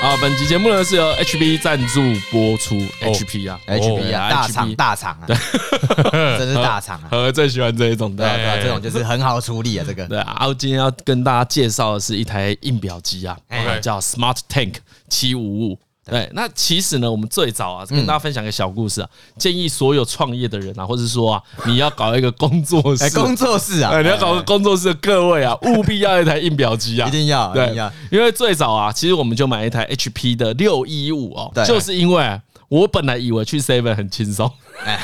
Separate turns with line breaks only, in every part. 好，本集节目呢是由 HB 赞助播出，HP
哦
啊
HP 啊，大厂大厂啊， 真是 大厂啊！
和最喜欢这一种
对啊，对啊，
的。
这种就是很好处理啊，这个
哎对啊，我今天要跟大家介绍的是一台印表机啊，
哎
啊叫 Smart Tank 七五五。对，那其实呢，我们最早
嗯
啊，跟大家分享一个小故事啊，建议所有创业的人啊，或者说啊，你要搞一个工作室
哎，，工作室啊
哎，，你要搞个工作室的各位 啊，务必要一台印表机啊，
一定要一定
对
要，
因为最早啊，其实我们就买一台 HP 的六一五哦
对，
就是因为我本来以为去 Seven 很轻 松，
哎，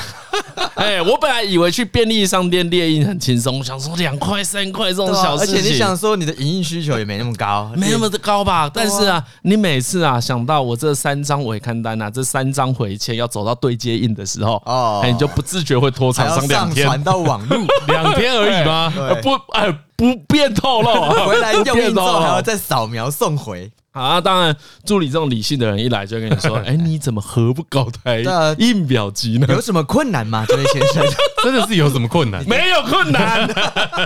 哎，我本来以为去便利商店列印很轻松，我想说两块三块这种
对啊
小
而
事
且你
情
想。说你的营运需求也没那么高，
没那么的高吧，但是啊，你每次啊想到我这三张回看单啊，这三张回签要走到对接印的时候，
哦
哎，你就不自觉会拖
还
厂
要
商两
上
天，
传到 网络，
两天而已吗？
对
呃不，哎，不变透露啊，
回来
不
用
变
印之
透
后
露
还要再扫描送回，
好啊，当然，助理这种理性的人一来就会跟你说：“哎、你怎么何不搞台
对啊
印表机呢
有什么困难吗，这位先生？
真的是有什么困难？”？
没有困 难，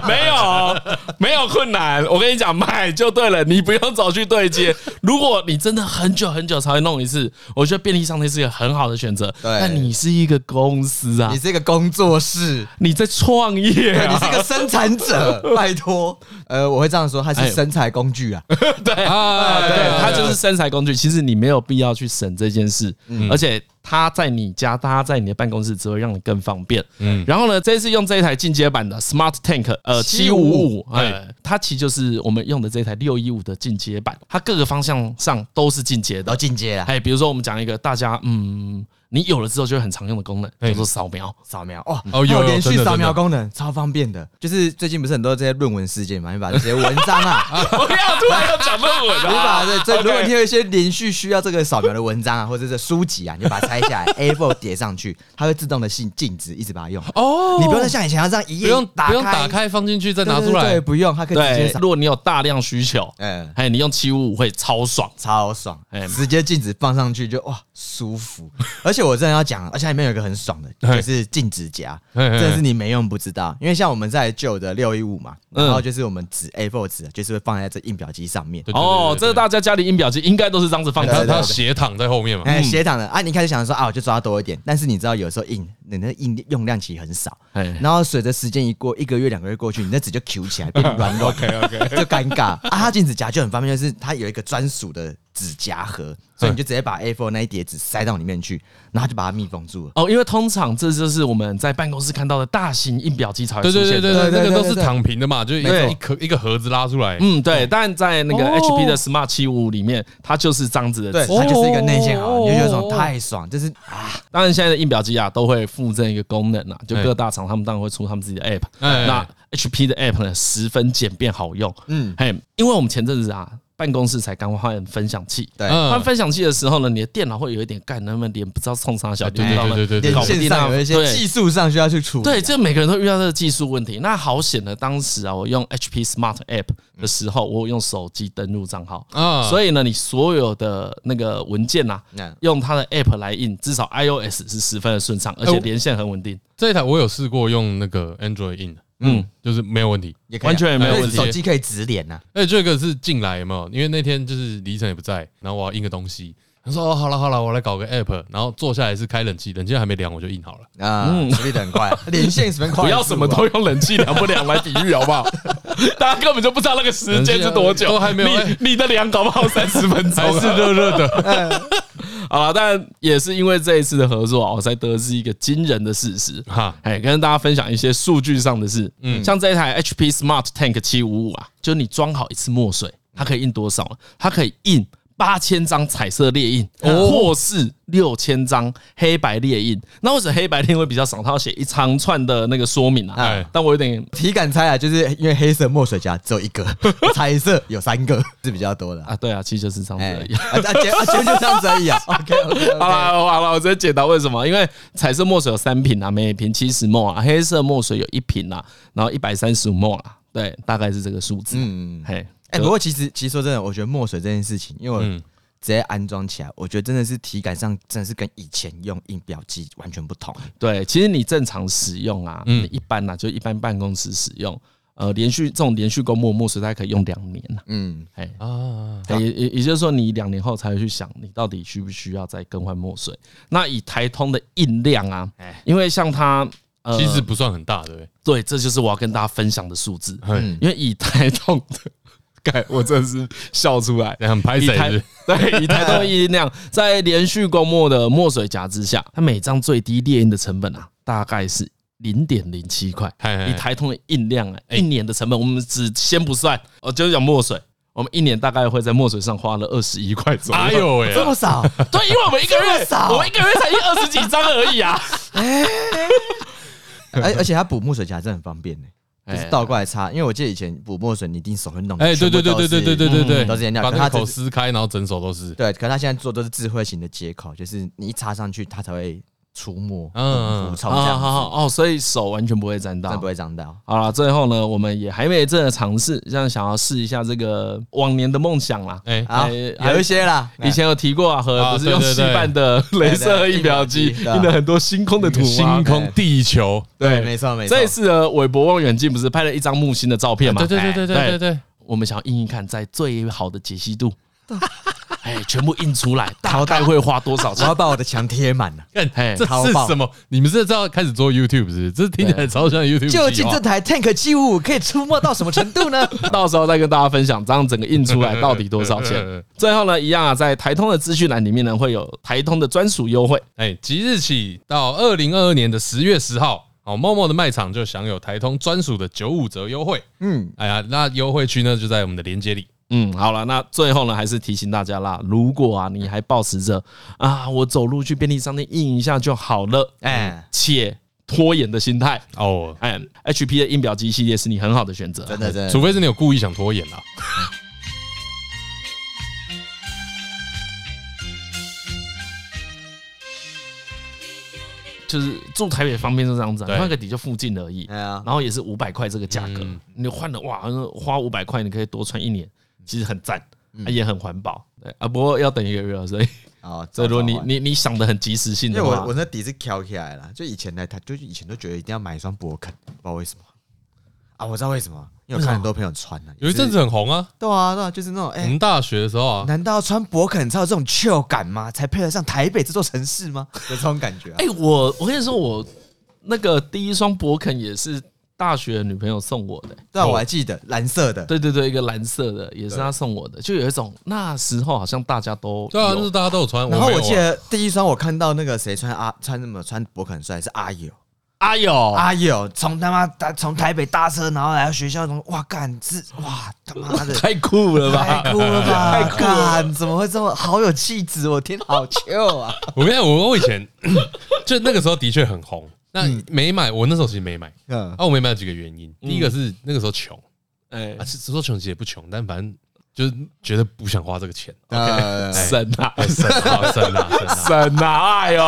没有，没有困难。我跟你讲，买就对了，你不用走去对接。如果你真的很久很久才会弄一次，我觉得便利商店是一个很好的选择。
对
但你是一个公司啊
你，是一个工作室，
你在创业
对你是
啊，
个生产者， 拜托。呃，我会这样说，它
哎
是生产工具 啊，
对啊，对，它就是生财工具。其实你没有必要去省这件事，而且它在你家，它在你的办公室，只会让你更方便。嗯，然后呢，这一次用这一台进阶版的 Smart Tank 呃七五五，
755
哎，它其实就是我们用的这台六一五的进阶版，它各个方向上都是进阶
然后
的。
进阶啊，
哎，比如说我们讲一个大家嗯，你有了之后就会很常用的功能，
哎
叫做扫描。
扫描哦
哦有
还
有
连
真
续
的
扫
真
描
的
功能，超方便的。就是最近不是很多这些论文事件嘛，你 把这些文章啊，
不要突然要讲论文
你把这这
OK
如果你有一些连续需要这个扫描的文章啊，或者是书籍啊，你就把它拆 下来 A4 叠上去，它会自动的禁禁止一直把它用。
哦
你不用再像以前要这样一
不
页
用
打
不用打开放进去再
对
拿出
对对
来，
不用，它可以直接
对，
扫
如。果你有大量需求，
嗯，
哎，你用七五五会超爽。
超爽
哎，
直接镜子放上去就哇舒 服，而且我真的要讲，而且里面有一个很爽的，就是镜指夹，
嘿嘿
真的是你没用不知道，因为像我们在旧的六一五嘛，
嗯
然后就是我们纸 A4 纸就是会放在这印表机上面，
对
哦，这个大家家里印表机应该都是这样子放
对
他
对
着
对
他
的。
斜躺在后面嘛，
嗯
哎，斜躺的啊，你一开始想说啊，我就抓多一点，但是你知道有时候印你那印用量其实很少，
哎，
然后随着时间一过，一个月两个月过去，你那纸就 Q 起来变软 软，OK OK，就尴尬啊。它镜子夹就很方便，就是它有一个专属的指夹
嗯
盒，所以你就直接把 A4 那一叠纸塞到里面去，然后就把它密封住了。
哦，因为通常这就是我们在办公室看到的大型印表机才会
对
出
对对
现
对
的。
对，
对对
那
对
个
对
都是躺平的嘛，就是
没错
一颗一个盒子拉出来，
嗯，对，但在那个
哦
HP 的 Smart 七五里面，它就是这样子
对，
的。
它就是一个内线好，
哦
你就觉得说太爽，就是啊
当然，现在的印表机啊，都会附赠一个功能啊，就各大厂他们当然会出他们自己的 App。
哎
那 HP 的 App 呢，十分简便好用。嗯，嘿，因为我们前阵子啊，办公室才刚换分享器。
对
换
嗯，
分享器的时候呢，你的电脑会有一点干，他们脸不知道冲啥小，
哎对
不知道
对对对对
连
搞不定
线上
那
有一些
对
技术上需要去处理。啊
对，这每个人都遇到这个技术问题。那好险呢，当时啊，我用 HP Smart App 的时候，我有用手机登录账号，
嗯啊以
所以呢，你所有的那个文件呐、啊
嗯，
用它的 App 来印，至少 iOS 是十分的顺畅，
哎
而且连线很稳定。
这一台我有试过用那个 Android 印，
嗯，
就是没有问题。
也可以啊
完全也没有问题。
手机可以直连啊呐。
哎，这个是进来有没有？因为那天就是李晨也不在，然后我要印个东西，他说哦，好了好了，我来搞个 app，然后坐下来是开冷气，冷气还没凉我就印好了。
啊，处理的很快，连线十分快速
嗯
啊，
不要什么都用冷气凉不凉来比喻，好不好？大家根本就不知道那个时间是多久，
都还没有哎
你你的凉搞不好三十分 钟
还
啊，
是热热的，
好了，但也是因为这一次的合作啊，我才得知一个惊人的事实。
哈，
哎，跟大家分享一些数据上的事。嗯，像这一台 HP Smart Tank 七五五啊，就是你装好一次墨水，它可以印多少呢？它可以印八千张彩色列印，或是六千张黑白列印。那为什么黑白列印会比较少？它要写一长串的那个说明啊。
哎
但我有点
体感猜啊，就是因为黑色墨水夹只有一 个，彩色有三个是比较多的啊。
啊，对啊，其实就是这样子
哎
而已，。
啊啊节啊节目就这样子 而已啊。OK 哎 OK，
好啦，好啦，我直接解答为什么？因为彩色墨水有三瓶啊，每瓶七十墨啊，黑色墨水有一瓶啊，然后一百三十五墨啦，对，大概是这个数字。嗯，嘿，
哎，不过其实其实说真的，我觉得墨水这件事情，因为我
嗯
直接安装起来，我觉得真的是体感上真的是跟以前用印表机完全不同。
嗯
对，其实你正常使用啊，你一般啊，就一般办公室使用。呃，连续这种连续供墨墨水，大概可以用两年了。
嗯，
哎，
啊，
哎也也也就是说，你两年后才会去想，你到底需不需要再更换墨水？那以台通的印量啊，因为像它，呃
哎其实不算很大，对不对？
对，这就是我要跟大家分享的数字。
嗯
因为以台通的， 盖我真的是笑出来。
很拍
以
谁
台
是
对以台通的印量，在连续供墨的墨水夹之下，它每张最低列印的成本啊，大概是零点零七块。
哎
以
台
台通的印量啊，一年的成本，我们只先不算，哦，就是讲墨水，我们一年大概会在墨水上花了二十一块左右。
哎，呦喂
这，么少，
对，因为我们一个
这么
月，
少
我们一个月才印二十几张而已 啊。
而哎而且它补墨水夹真的很方便呢，就是倒过来擦，因为我记得以前补墨水，你一定手会弄，
哎，对对对对对对对对对，
都是颜料
把
可
那
它
个
这
口撕开，然后整手都是。
对，可他现在做都是智慧型的接口，就是你一插上去，它才会出墨，
嗯
嗯，浮
好
冲这
好
样子，
好哦，所以手完全不会沾
但
到
不。会长哦到。
好了，最后呢，我们也还没真的尝试，这样想要试一下这个往年的梦想啦。
哎，
好，
还
有一些啦，
以前有提过啊，和
啊
不是用
对对
西
对
半的镭射印表机，
对对对
印了很多星空的图啊
哎星。空地球，
哎对，没错没错
这一，次的韦伯望远镜不是拍了一张木星的照片嘛？
啊
哎
对对对对对对对，
我们想要印印看，在最好的解析度，哎，全部印出来，大
淘
概会花多少
我
钱
要？把我的墙贴满了。
哎
看这
淘
是
宝
什么？你们是知道开始做 YouTube 是不是？这听起哦来超像 YouTube 计划。
究竟这台 Tank 七五五可以出没到什么程度呢？
到时候再跟大家分享，这样整个印 出来到底多
嗯
少
嗯
钱
嗯。
最后呢，一样啊，在台通的资讯栏里面呢，会有台通的专属优惠。
哎，即日起到二零二二年的十月十号，哦，默默的卖场就享有台通专属的九五折优惠。
嗯，
哎呀，那优惠区呢就在我们的链接里。
嗯，好了，那最后呢，还是提醒大家啦，如果啊你还抱持着啊我走路去便利商店印一下就好了，
哎，
且拖延的心态，
哦，
哎，HP 的印表机系列是你很好的选择。
真哎的真的，
除非是你有故意想拖延啦。
就是住台北方便就这样子、啊，
对
换个底就附近而已。
哎呀，
然后也是五百块这个价格
嗯，
你换了哇，花五百块你可以多穿一年，
嗯
其实很赞，啊也很环保。对啊，不过要等一个月啊，所以
哦，
所以如果你
早早晚
你你想的很及时性
因为
的
我
话
我，那底是挑起来了，就以前呢，他就以前都觉得一定要买一双勃肯，不知道为什么啊，我知道为什么，因为我看很多朋友穿呢，
有一阵
子，
子很红啊，
对啊对啊，就是那哎种
我
哎
们。大学的时候啊，
难道穿勃肯才有这种 chill 感吗？才配得上台北这座城市吗？有这种感觉啊
哎，我我跟你说，我那个第一双勃肯也是大学的女朋友送我的、欸
对啊，
哦
我还记得蓝色的，
对对对，一个蓝色的也是她送我的，就有一种那时候好像大家都
对啊，
有
就是大家都有穿。
然后
没有
我
啊
记得第一双我看到那个谁穿阿穿什么穿勃肯帅是阿友，
哎 呦，
阿友从他妈搭从台北搭车，然后来到学校中，哇干是哇他妈的
太酷了吧！
太酷了吧，
太酷了
干怎么会这么好有气质？我天，好 Q 啊！
我跟你讲，我我以前就那个时候的确很红，那没买，我那时候其实没买。
嗯，
啊，我没买有几个原因，第一个是那个时候穷
哎
啊，，其实说穷其实也不穷，但反正就是觉得不想花这个钱。
呃
神啊！
省啊省啊 省啊！
神啊！哎呦，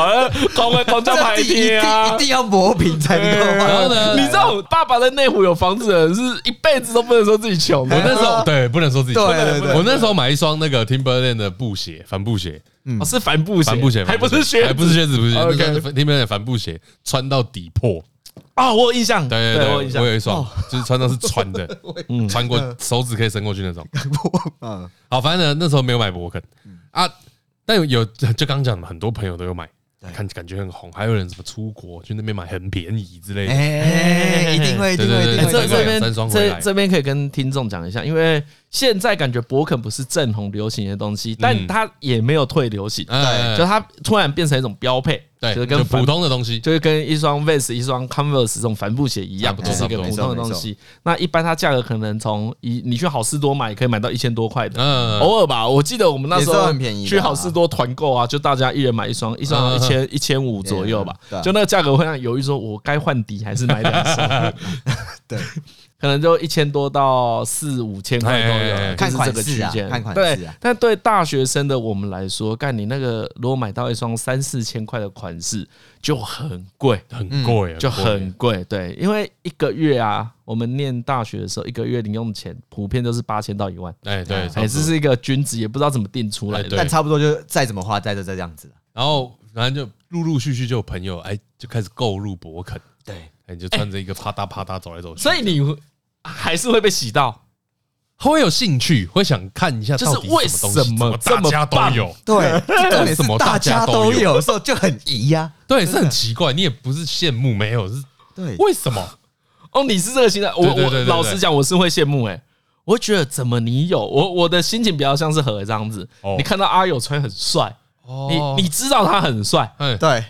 同个同叫
这
排
地一
贴
定
啊哎
一！定要磨平才能够
然后
玩。
呢，
你知道我爸爸在内湖有房子的人，是一辈子都不能说自己穷
我
的。
那时候对不能说自己
对
穷
对对
我那时候买一双那个 Timberland 的布鞋，帆布鞋，
哦是帆布
嗯
鞋，
帆布鞋，
还不
帆布
是靴子，
还不是靴子，不是靴
OK
子那双 Timberland 的帆布鞋，穿到底破。
哦，我有印象，
对
我有
对对，
印象哦
我。有一双，就是穿到是穿的， 穿过
嗯
手指可以伸过去那种。
嗯，
好，反正呢那时候没有买勃肯
嗯
啊，但有有就刚刚讲的嘛，很多朋友都有买，看感觉很红，还有人什么出国去那边买很便宜之类的。
哎，一定会，一
对
定会，
对
一
哎
定
对
这这
会。
三
边
双回来
这这边可以跟听众讲一下，因为现在感觉勃肯不是正红流行的东西，但它也没有退流行，
哎
就它突然变成一种标配，
对，
就是
就
跟
普
帆
通的东西，
就是跟一双 Vans、一双 Converse 这种帆布鞋一样，
差不
就
多
是一个
差
普
不
多
通的东西。那一般它价格可能从一你去好事多买，可以买到一千多块的，
嗯，
偶尔吧。我记得我们那时
也
候
算很便宜的啊
去好事多团购啊，就大家一人买一双，一双一
嗯
千一千五左右吧
对啊。
就那个价格会让你犹豫，说我该换底还是买两双？
对，
可能就一千多到四五千块都
哎哎哎
有，
哎
就是这个
看款式
区
啊
间。
看款式啊
对，但对大学生的我们来说，干你那个如果买到一双三四千块的款式就很贵。
嗯很贵，
就很贵，对，因为一个月啊，我们念大学的时候，一个月零用钱普遍都是八千到一万，
哎对，差
哎，
不
这
多
是一个均值，也不知道怎么定出来
哎
的。
对
但差不多就再怎么花，再就这样子了。
然后反正就陆陆续续就有朋友哎就开始购入勃肯，
对，
哎就穿着一个啪嗒啪嗒走来走去，
所以你还是会被洗到。
他会有兴趣，会想看一下
就是
到底什么东西，
为
怎
什么这
大
么
家都
棒
有，
对，这重点
什么
是大
大家
家
都
都
有
有的时候就很疑呀、
对，是很奇怪，你也不是羡慕，没有是
对，
为什么？
哦，你是这个心态，我
对对对
我
对对
老实讲，我是会羡慕哎、我会觉得怎么你有我我的心情比较像是何这样子
哦，
你看到阿友穿很帅，
哦
你你知道他很帅，
哎，
对，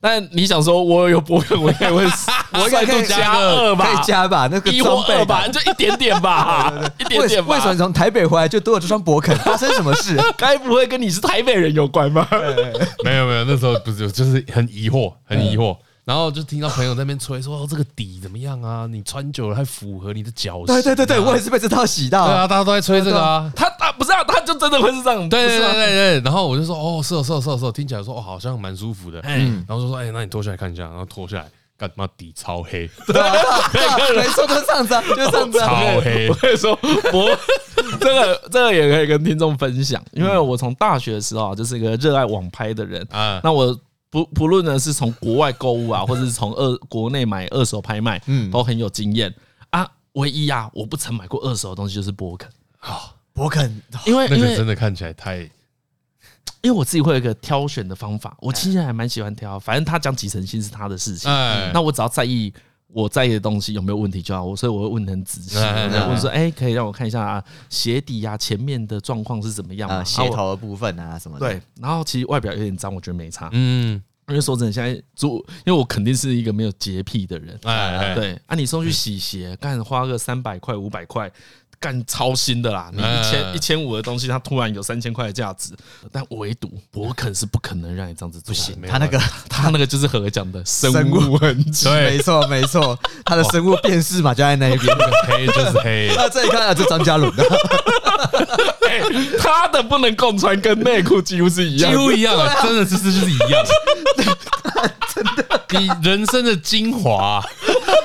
但你想说我有博远，我应该会 我
我应该可以
加二吧，
可以加吧，那个
一或
装备
二吧，就一点点吧，一点
为
点吧。
为什么你从台北回来就多了这双博肯？发生什么事？
该不会跟你是台北人有关吧？
没有没有，那时候不是就是很疑惑，很疑惑。然后就听到朋友在那边吹说：“哦，这个底怎么样啊？你穿久了还符合你的脚型啊。”
对对对对，我也是被这套洗到。
对啊，大家都在吹这个啊。
他他不是啊，他就真的会是这样，
对对
不是
对
吗
对对，然后我就说哦，是哦是哦是哦是哦，听起来说哦好像蛮舒服的，嗯，然后就说哎，那你脱下来看一下，然后脱下来，干嘛底超黑，
对啊，对啊没错，就是这样子啊，就是这样子啊。
超黑
我，跟你说，我 这个这个也可以跟听众分享，因为我从大学的时候啊，就是一个热爱网拍的人
啊
啊。那我不不论呢是从国外购物啊，或者是从二国内买二手拍卖，嗯，都很有经验啊。唯一啊，我不曾买过二手的东西就是波肯，
博肯哦
因为
啊那
因
个
为
真的看起来太
因为我自己会有一个挑选的方法，我其实还蛮喜欢挑，反正他讲几成新是他的事情，
哎
那我只要在意我在意的东西有没有问题就好，我所以我会问得很仔细，
哎哎哎
我说哎、可以让我看一下啊鞋底啊前面的状况是怎么样吗
啊，
啊
鞋
我
头的部分啊什么的。
对，然后其实外表有点脏，我觉得没差，
嗯
因为说真的，现在做，因为我肯定是一个没有洁癖的人，
哎哎
对啊，你送去洗鞋，干花个三百块五百块，干超新的啦，你一
哎
千一千五的东西，它突然有三千块的价值，但唯独博肯是不可能让你这样子做，不行
没有
他那个
他那个就是和讲的生
生
物
物
痕迹，
没错没错，他的生物辨识嘛就在那一边。
黑就是黑，
啊，这一看啊，这张嘉伦的，
哎他的不能共穿，跟内裤几乎是一
几
样的。
乎一样啊， 真的是就是一样，真的，你人生的精华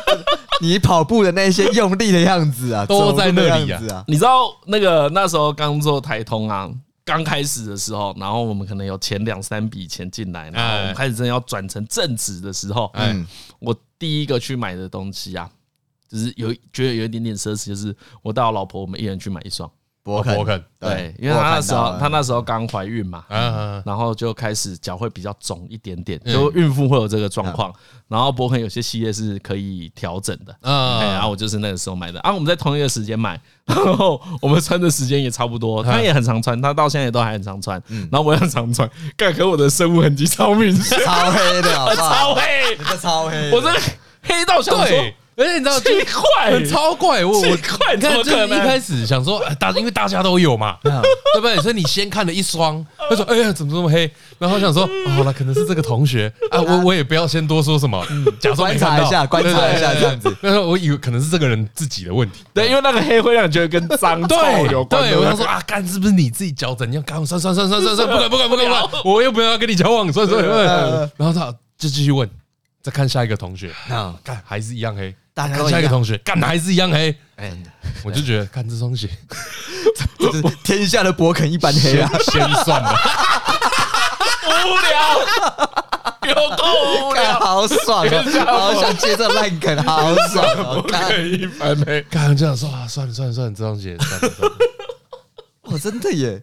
你跑步的那些用力的样子啊，
都在那里啊
走路的样子啊。
你知道那个那时候刚做台通啊，刚开始的时候，然后我们可能有前两三笔钱进来，然后我们开始真的要转成正职的时候，
哎
嗯，我第一个去买的东西啊，就是有觉得有一点点奢侈，就是我带我老婆，我们一人去买一双，
博肯，
博肯
对，因为她那时
嗯
候她那时候刚怀孕嘛，
啊，
然后就开始脚会比较肿一点点，
嗯
就孕妇会有这个状况。然后博肯有些系列是可以调整的，
嗯
哎，然后我就是那个时候买的啊。我们在同一个时间买， 然后我们穿的时间也差不
嗯
多，他也很常穿，他到现在也都还很常穿，然后我也很常穿，干可我的生物痕迹超明显
超黑的，好不好
超黑
你，这超黑，
我真的黑到想说
对，而且你知道就
奇怪，
很超怪，我我
奇怪
你看
怎么
就是
可
一
能
开始想说，哎大因为大家都有嘛，对不对？所以你先看了一双，他说，哎呀，怎么这么黑？然后想说，哦好了，可能是这个同学啊，嗯我我也不要先多说什么，假装没看
观察
到
一下，观察一下这。
对对对
样
对
子。
那时候我以为可能是这个人自己的问题，
对，因为那个黑会让你觉得跟脏臭
对
有关，
对，
不
我想说啊，干是不是你自己脚怎样？干，算算算算算算，不敢不敢不敢不敢， 我又不要嗯跟你交往，算算算。然后他就继续问，再看下一个同学，
嗯
干还是一样黑，
大家
看
都一样
下一个同学，干还是一样黑。
哎，
我就 觉得看这双鞋
这是天下的博肯一般黑
先
啊！
先算 了，
无聊，有 够无
看
聊。
好爽哦，好想接这烂梗，好爽哦！看，
一般黑。看这样说啊，算了算了算了，这双鞋算了 算了，
哇，哦真的耶！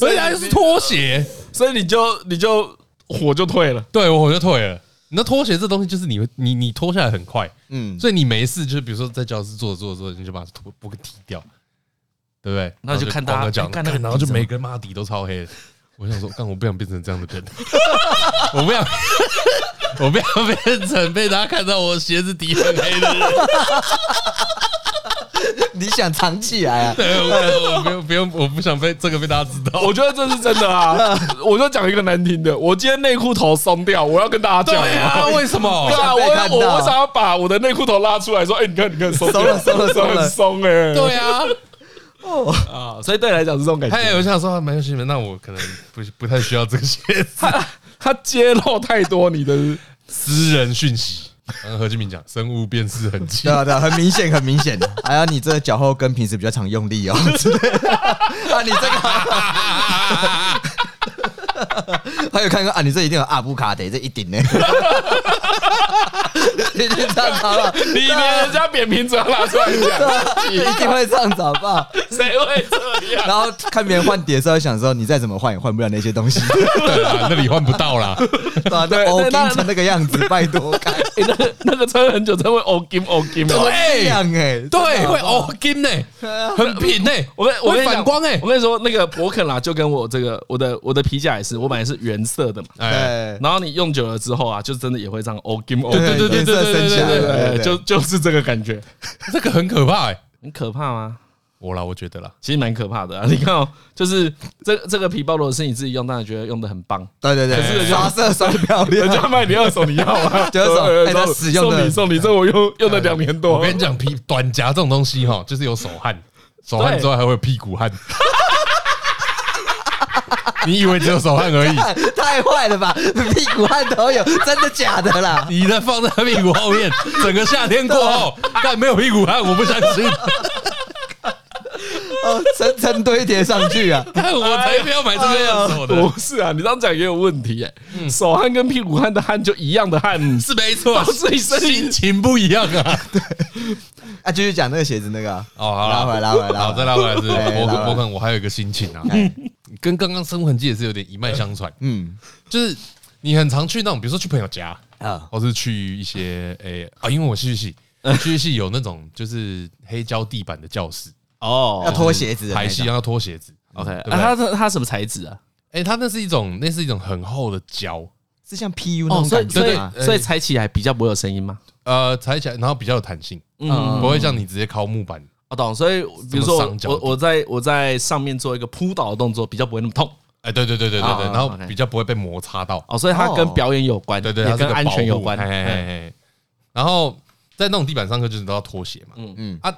而且还是拖鞋，
所以你就你就火就退了。
对我就退了。那拖鞋这东西就是你会你你脱下来很快，
嗯，
所以你没事，就是比如说在教室坐着坐着坐着，你就把脱不踢掉，对不对？
那就看大家
大讲，
哎干那个
干然后就
底怎么
每个人妈底都超黑的。我想说，干我不想变成这样 的人，我不想，我不想变成被大家看到我鞋子底很黑的人。
你想藏起来啊？
对，我我不用不用，我不想被这个被大家知
哦
道。
我觉得这是真的 啊！
嗯
我就讲一个难听的，我今天内裤头松掉，我要跟大家讲。
对啊，为什么
对？ 啊，
想被看
我
到
我我想要把我的内裤头拉出来，说：“哎，你看，你看，松
松了松了松了
很松哎。”
对啊，
啊，所以对你来讲是这种感
哎，
觉。
我想说，没关系，那我可能不不太需要这个鞋子。
啊他揭露太多你的
私人讯息，刚刚何敬明讲，生物辨识痕迹
对。啊，对啊，很明显，很明显。还有你这个脚后跟平时比较常用力哦， 之类的啊，你这个， 还有看看啊，你这一定有阿布卡的这一顶呢，一定上涨吧？
你连人家扁平足要拿出来讲，
一定会上涨吧？
谁会这 样？
然后看别人换碟的时候，想说你再怎么换也换不了那些 东西，
对啊，那里换不到啦。
对吧？那欧金成那个样子，拜托看，
欸那个 那个撑很久，真会 O game O game 啊
对
这样哎，
对，会哦金呢， 很平呢，
我跟我跟
会
你讲
反光哎
我，跟你说，那个博肯啦，就跟我这个我的我的皮夹也是，我本来是原色的嘛，
哎，
对，
然后你用久了之后啊，就真的也会这样哦 O game O
对
game，
对对对对对对对对对
对，就 就是这个感觉，
这个很可怕哎。
很可怕吗？
我啦，我觉得啦，
其实蛮可怕的啊！你看哦，就是这这个皮包，如果是你自己用，当然觉得用的很棒，
对对
可是
对，
人家
刷色刷的漂 亮
人，家卖你二手，你要吗？
就二手
对对
哎他使用的
送你送你，这我用用了两年
啊
多。
我跟你讲，皮短夹这种东
嗯
西哈，就是有手汗，手汗之后还会有屁股汗。 你以为只有手汗 而已？
太坏了吧！屁股汗都有，真的假的 啦？
你的放在屁股后面，整个夏天过后，
啊
但没有屁股汗，我不相信。
哦，层层堆叠上去啊！
看我才不要买这
哎
个样子的，
不是啊，你这样讲也有问题哎、手汗跟屁股汗的汗就一样的汗，
是没错，
到最深
心情不一样啊。
啊，继续讲那个鞋子那个啊，
哦，好
拉
了
回，来，拉回来，
好，再拉回来是不是
对
我
哎拉回来哎
我看我还有一个心情啊，跟刚刚生痕迹也是有点一脉相传，
嗯
就是你很常去那种，比如说去朋友家，
啊，
或是去一些诶、啊，因为我戏剧系，戏剧系有那种就是黑胶地板的教 室，
要
哦。
脱鞋子的那
排戏
种，
要脱鞋子。嗯
OK，
对
啊
不对
它它它什么材质啊？
诶，它那是一种那是一种很厚的胶，
是像 PU 那
哦，
种
所以
感
所
觉
以
吗？
对
所以踩起来比较不会有声音吗？
呃，踩起来然后比较有弹性，
嗯，
不会像你直接敲木板。
我哦懂。所以比如
这么
说我
上脚
我我在我在上面做一个扑倒的动作，比较不会那么痛
哎，对对对对对对，
啊
然后
OK
比较不会被摩擦到。
哦。所以它跟表演有关，
对对，它
也
是
跟
个
安
保护
全有关
嘿。嘿嘿嘿然后在那种地板上课就是都要脱鞋嘛，嗯嗯
嗯
啊，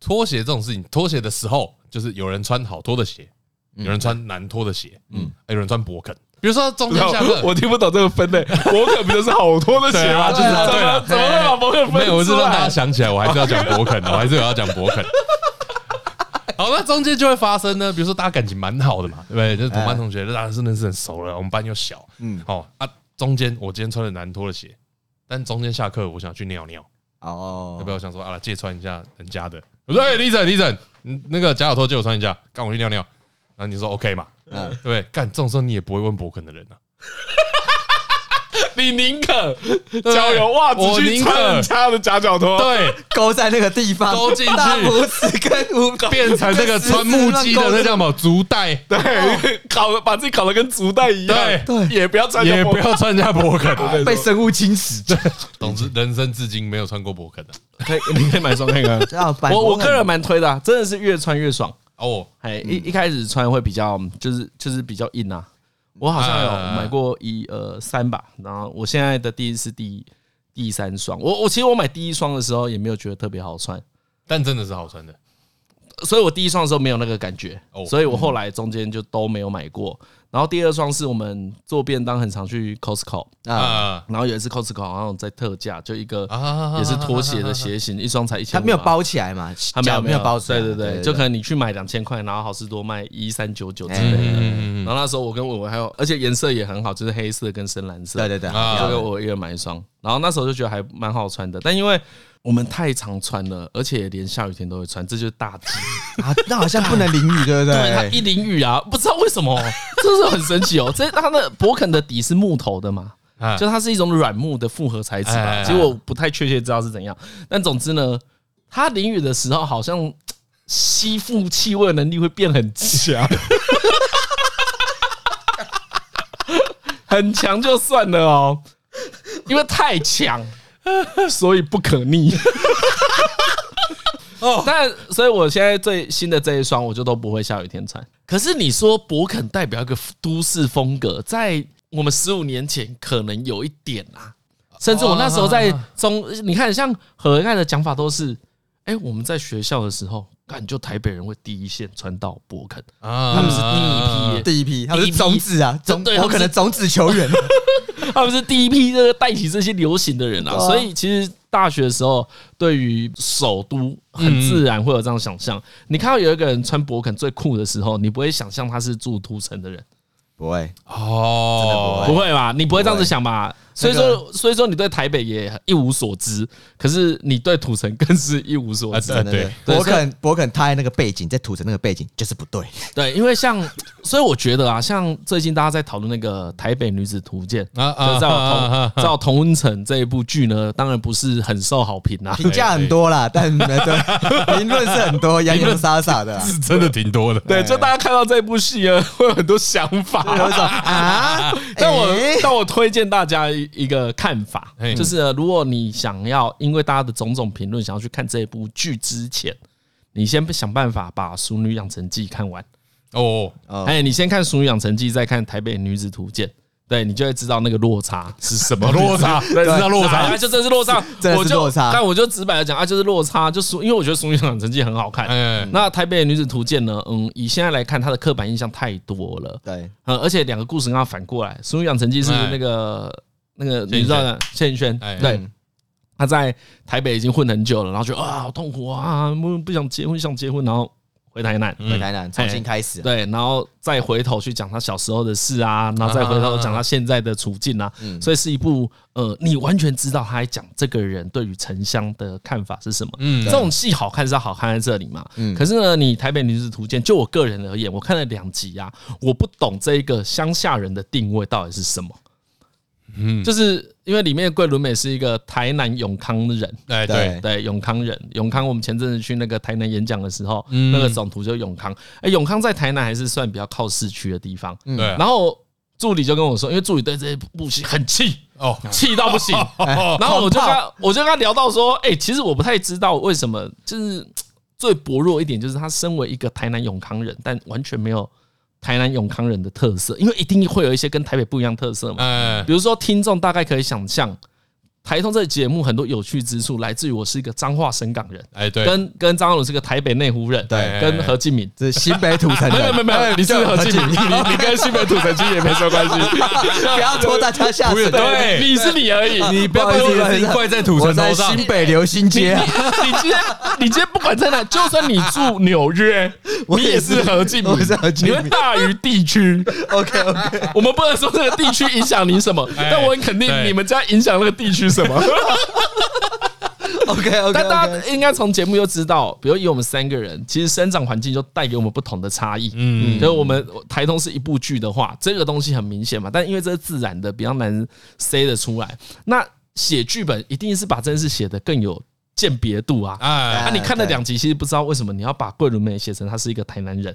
脱鞋这种事情，脱鞋的时候就是有人穿好脱的鞋，有人穿难脱的鞋，嗯，有人穿勃肯。比如说中间下课，
我听不懂这个分类，我可不就是好多的
对
鞋
啊，
吗？
就是
怎
对
么
了，
怎么会把博客分出来？
没有，我是让大家想起来，我还是要讲博 肯，我还是有要讲博肯。好，那中间就会发生呢，比如说大家感情蛮好的嘛，对不对？就是同班同学，大家真的是很熟了，我们班又小，哎嗯
嗯，
哦啊，中间我今天穿了难脱的鞋，但中间下课我想去尿尿，要
哦
不，要想说啊，借穿一下人家的？我说，哎，李总，李总，嗯那个假小偷借我穿一下，干我去尿尿。然后你说 OK 嘛，
嗯
对不对？干这种时候你也不会问博肯的人啊，
你宁可
对
交友袜
我
子去
宁可
穿人家的夹脚拖，
对，
勾在那个地方，
勾进去
大拇指跟五指
变成那个穿木屐的那叫什么足带。
对， 搞把自己搞得跟竹袋一样，
对
对
也不要穿
也
那么
不要参加博肯。
被生物侵蚀，
总之，人生至今没有穿过博肯的。
可以，你可以买双看看。
啊，反
我我
光
个人蛮推的、啊，真的是越穿越爽。
哦，
哎，一
嗯
一开始穿会比较，嗯就是就是比较硬啊。我好像有
啊
买过一呃三吧，然后我现在的第一是第第三双。我我其实我买第一双的时候也没有觉得特别好穿，
但真的是好穿的。
所以我第一双的时候没有那个感觉
哦，
所以我后来中间就都没有买过。然后第二双是我们做便当很常去 Costco，
啊，
啊
然后有一次 Costco 好像在特价，就一个
啊
也是拖鞋的鞋型，一双才一千，
它没有，包起来嘛，
它没有
脚没有包起来，
对对对，就可能你去买两千块，然后好事多卖一三九九之类的。
嗯，
然后那时候我跟伟伟还有，而且颜色也很好，就是黑色跟深蓝色。
对对对，
啊
就给我一人买一双。然后那时候就觉得还蛮好穿的，但因为我们太常穿了，而且连下雨天都会穿，这就是大忌。
啊，那好像不能淋雨，对不
对，它
对？
一淋雨啊，不知道为什么， 真是很神奇哦。这它的勃肯的底是木头的嘛，
啊
就它是一种软木的复合材质
哎哎
吧。
哎
其实我不太确切知道是怎样，但总之呢，它淋雨的时候好像嘖吸附气味能力会变很强。 很强就算了哦，因为太强，所以不可逆。
哦
但所以我现在最新的这一双，我就都不会下雨天穿。可是你说勃肯代表一个都市风格，在我们十五年前可能有一点啊，甚至我那时候在中，你看像何恩爱的讲法都是，哎，我们在学校的时候，感觉台北人会第一线穿到勃肯，
啊
他们是嗯第一批耶
第一批，他们是种子啊，种
对他
我
们是
可能种子球员，
他们是第一批这个带起这些流行的人啊，所以其实大学的时候，对于首都
嗯
很自然会有这样想象。你看到有一个人穿勃肯最酷的时候，你不会想象他是住土城的人，
不会，
哦，
不会吧？你不会这样子想吧？所以
那
说，所以说你对台北也一无所知，可是你对土城更是一无所知。
啊
真的
对
呃对。博肯博肯他的那个背景，在土城那个背景就是不对，
对，因为像，所以我觉得啊，像最近大家在讨论那个《台北女子图鉴》
啊啊
啊，在
啊啊啊
我
啊
同在我同温层这一部剧呢，当然不是很受好评啊啦。
评价很多啦，但呃对 评论是 很多，洋洋洒洒的啦，啊
是真的挺多的。
嗯
对，就大家看到这部戏呢， 会有很多想
有一
法。
种啊，
但我
诶
但我推荐大家一一个看法
嘿，
就是呢如果你想要因为大家的种种评论想要去看这部剧之前，你先想办法把《熟女养成记》看完。
哦，
哦
哎，你先看《熟女养成记》，再看《台北女子图鉴》，对你就会知道那个落差是什么
落差，对，知道落
啊
差。
就真是 落差，
真的是
我就
落差
但我就直白的讲啊，就是落差，就熟，因为我觉得《熟女养成记》很好看。
哎，
那《台北女子图鉴》呢？嗯，以现在来看，它的刻板印象太多了。
对，
呃，而且两个故事刚好反过来，《熟女养成记》是
哎
那个那个
轩
你知道的谢颖轩，
哎
对
嗯，
他在台北已经混很久了，然后觉得啊好痛苦啊，不不想结婚，想结婚，然后回台南，
回台南重新开
嗯
始，
哎
啊
对，然后再回头去讲他小时候的事啊，然后再回头讲他现在的处境啊，所以是一部呃，你完全知道他在讲这个人对于城乡的看法是什么。
嗯
这种戏好看是要好看在这里嘛。可是呢，你《台北女子图鉴》就我个人而言，我看了两集啊，我不懂这一个乡下人的定位到底是什么。嗯，就是因为里面的桂纶镁是一个台南永康人，
哎对，
对，永康人，永康，我们前阵子去那个台南演讲的时候，
嗯
那个总图就永康。哎，永康在台南还是算比较靠市区的地方。
对啊
然后助理就跟我说，因为助理对这部戏很气，
哦，
气到 不行。 然后我就跟他，我就跟他聊到说，哎，其实我不太知道为什么，就是最薄弱一点，就是他身为一个台南永康人，但完全没有台南永康人的特色，因为一定会有一些跟台北不一样特色嘛。
哎，
比如说，听众大概可以想象，台通这个节目很多有趣之处来自于我是一个彰化深港人，
哎对，
跟跟张翰伦是个台北内湖人，
对
跟何敬敏。
这是新北土城
没有
人
没有，没有，你是何敬敏，你你跟新北土城区也没什么关系，
不要拖大家下 水，
对
你是你而已。你
不要把
不好意思
我的事情怪在土
我
城
在
头上
新。北流星街啊，
你今天你今天不管在哪，就算你住纽约，
我
你也
也是
是何敬敏，
我是何敬
你
敏
会大于地区。
OK OK，
我们不能说这个地区影响你什么，
哎
但我很肯定
对
你们家影响那个地区什么。
啊 OK OK，
但大家应该从节目就知道，比如以我们三个人，其实生长环境就带给我们不同的差异。嗯，就是我们台通是一部剧的话，这个东西很明显嘛，但因为这是自然的，比较难塞得出来。那写剧本一定是把这件事写得更有鉴别度啊。
哎，
啊！你看了
对
两集，其实不知道为什么你要把桂纶镁写成他是一个台南人，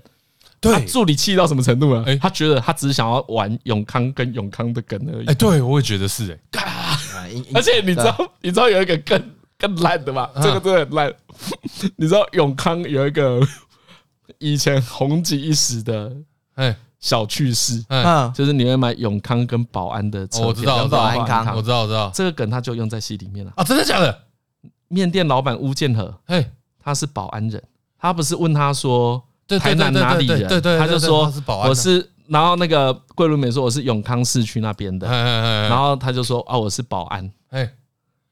他
对，
助理气到什么程度
哎
了？他觉得他只是想要玩永康跟永康的梗而已
哎。对，我也觉得是哎。
啊应应
而且你知道，你知道有一个更更烂的
啊
吗？这个真的很烂。 你知道永康有一个 以前红极一时的
哎，
小趣事，
哎，
嗯，
就是你会买永康跟保安的车
哦我
票，
知道
跟保
我知道安康
我知道，我知道
这个梗他就用在戏里面了。
啊，真的假的？
面店老板巫建和
哎，
他是保安人，他不是问他说
对对
台南
对对
哪里
对对对对
人，他就
对对
说
他是保安啊
我是，然后那个桂纶镁说我是永康市区那边
哎
的，
哎
然
哎
后他就说啊我是保安，
哎，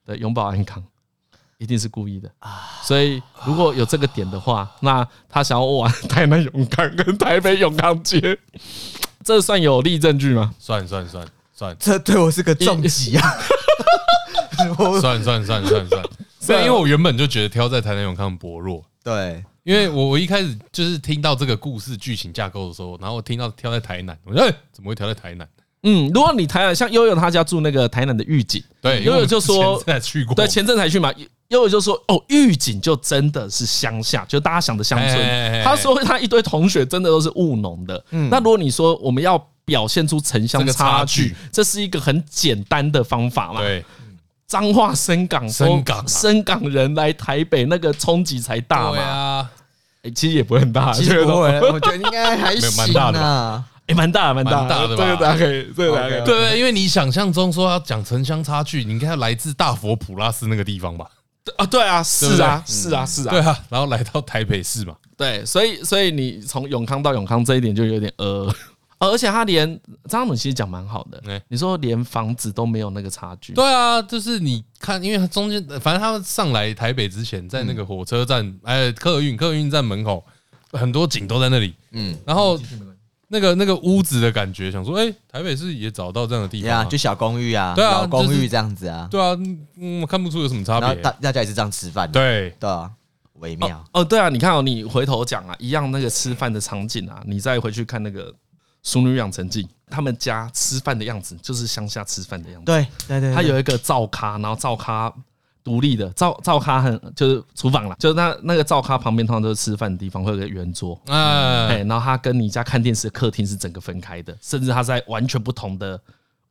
对，永保 安康，一定是故意的
啊
所以如果有这个点的话，那他想要玩台南永康跟台北永康街， 这算有力证据吗？
算算算算
这对我是个重击 啊！我
算算算算算，对，因为我原本就觉得挑在台南永康薄弱，
对，
因为我我一开始就是听到这个故事剧情架构的时候，然后我听到挑在台南，我说哎、怎么会挑在台南？
嗯，如果你台南像悠悠他家住那个台南的狱警，
对，
悠
因为
悠就说
在去过，
对，前阵才去嘛。悠悠就说：“哦，狱警就真的是乡下，就大家想的乡
哎哎哎哎
村。他说他一堆同学真的都是务农的。那如果你说我们要表现出城乡
嗯这个差
差距
距，
这是一个很简单的方法嘛？
对
彰化深港都
深港啊
深港人来台北那个冲击才大
对
嘛、
啊，
欸其实也不会很大，
其实
这个
不
都
会，我觉得应该还
没有蛮
行
大的
啊。
欸蛮大的蛮大
蛮大的吧
这个大家可以，这个大家可以
OK
对因为你想象中说要讲城乡差距，你应该要来自大佛普拉斯那个地方吧？
啊，对啊，是啊，
对
是啊，是
对
啊，
啊，然后来到台北市嘛，
对，所以所以你从永康到永康这一点就有点呃。呃而且他连张总其实讲蛮好
哎
的，你说连房子都没有那个差距，
对啊，就是你看，因为它中间反正他们上来台北之前，在那个火车站，哎，客运客运站门口，很多景都在那里。嗯，然后那那个那个屋子的感觉，想说，哎，台北市也找到这样的地
对
方啊，
啊，就小公寓啊，
对啊
老公
就
寓
是
这样子啊，
对啊，嗯，我看不出有什么差
然后
别
大。大家也是这样吃饭的，
对，
对啊，微妙
哦，对啊，你看哦，你回头讲啊，一样那个吃饭的场景啊，你再回去看那个《熟女养成记》，他们家吃饭的样子就是乡下吃饭的样子。
对对对，
他
对
有一个灶咖，然后灶咖独立的灶灶咖很就是厨房啦，就是那那个灶咖旁边通常都是吃饭的地方，会有个圆桌。
哎，
嗯
哎，然后他跟你家看电视的客厅是整个分开的，甚至他在完全不同的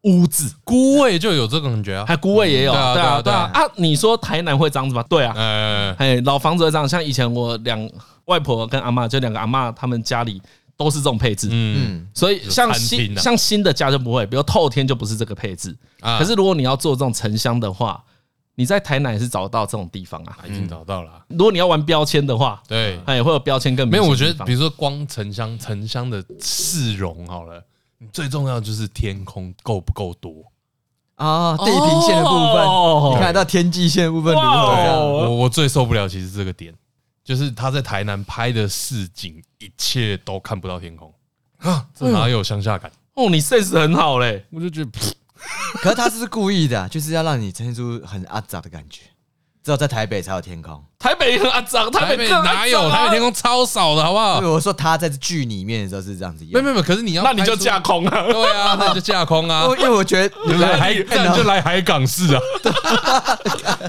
屋子，
孤味就有这个感觉啊
还。有姑位也有，
嗯对
对
啊
啊，对
对
啊
啊
啊！你说台南会这样子吗？对啊，
哎，
哎，老房子会这样，像以前我两外婆跟阿嬷，就两个阿嬷，他们家里都是这种配置，
嗯
所以像
餐
新
厅啊
像新的家就不会，比如透天就不是这个配置。
啊
可是如果你要做这种城乡的话，你在台南也是找得到这种地方啊。
嗯
已经找到了啊。
如果你要玩标签的话，
对，
啊
哎，会有标签更
没
明
有，
显
我
的地
觉
方
得比如说光城乡城乡的市容好了，你最重要的就是天空够不够多。
啊，地平线的部
哦
分，你看得到天际线的部分如何
哇
这样？
哦
啊我我最受不了其实是这个点，就是他在台南拍的市景，一切都看不到天空啊，这哪有乡下感？
哦，你 sense 很好嘞，
我就 觉得噗
可是他是故意的啊，就是要让你呈现出很阿杂的感觉，只有在台北才有天空。
台北很阿脏，
台
北
北
更阿
哪有
脏啊
台北天？空超少的，好不好
啊
因为？我说他在剧里面的时候是这样子演
没有没有，没有可是你要
那你就
拍出
架空啊！
对啊，那你就架空啊
因，为因为 我觉得
你来海，那你就来海港市啊，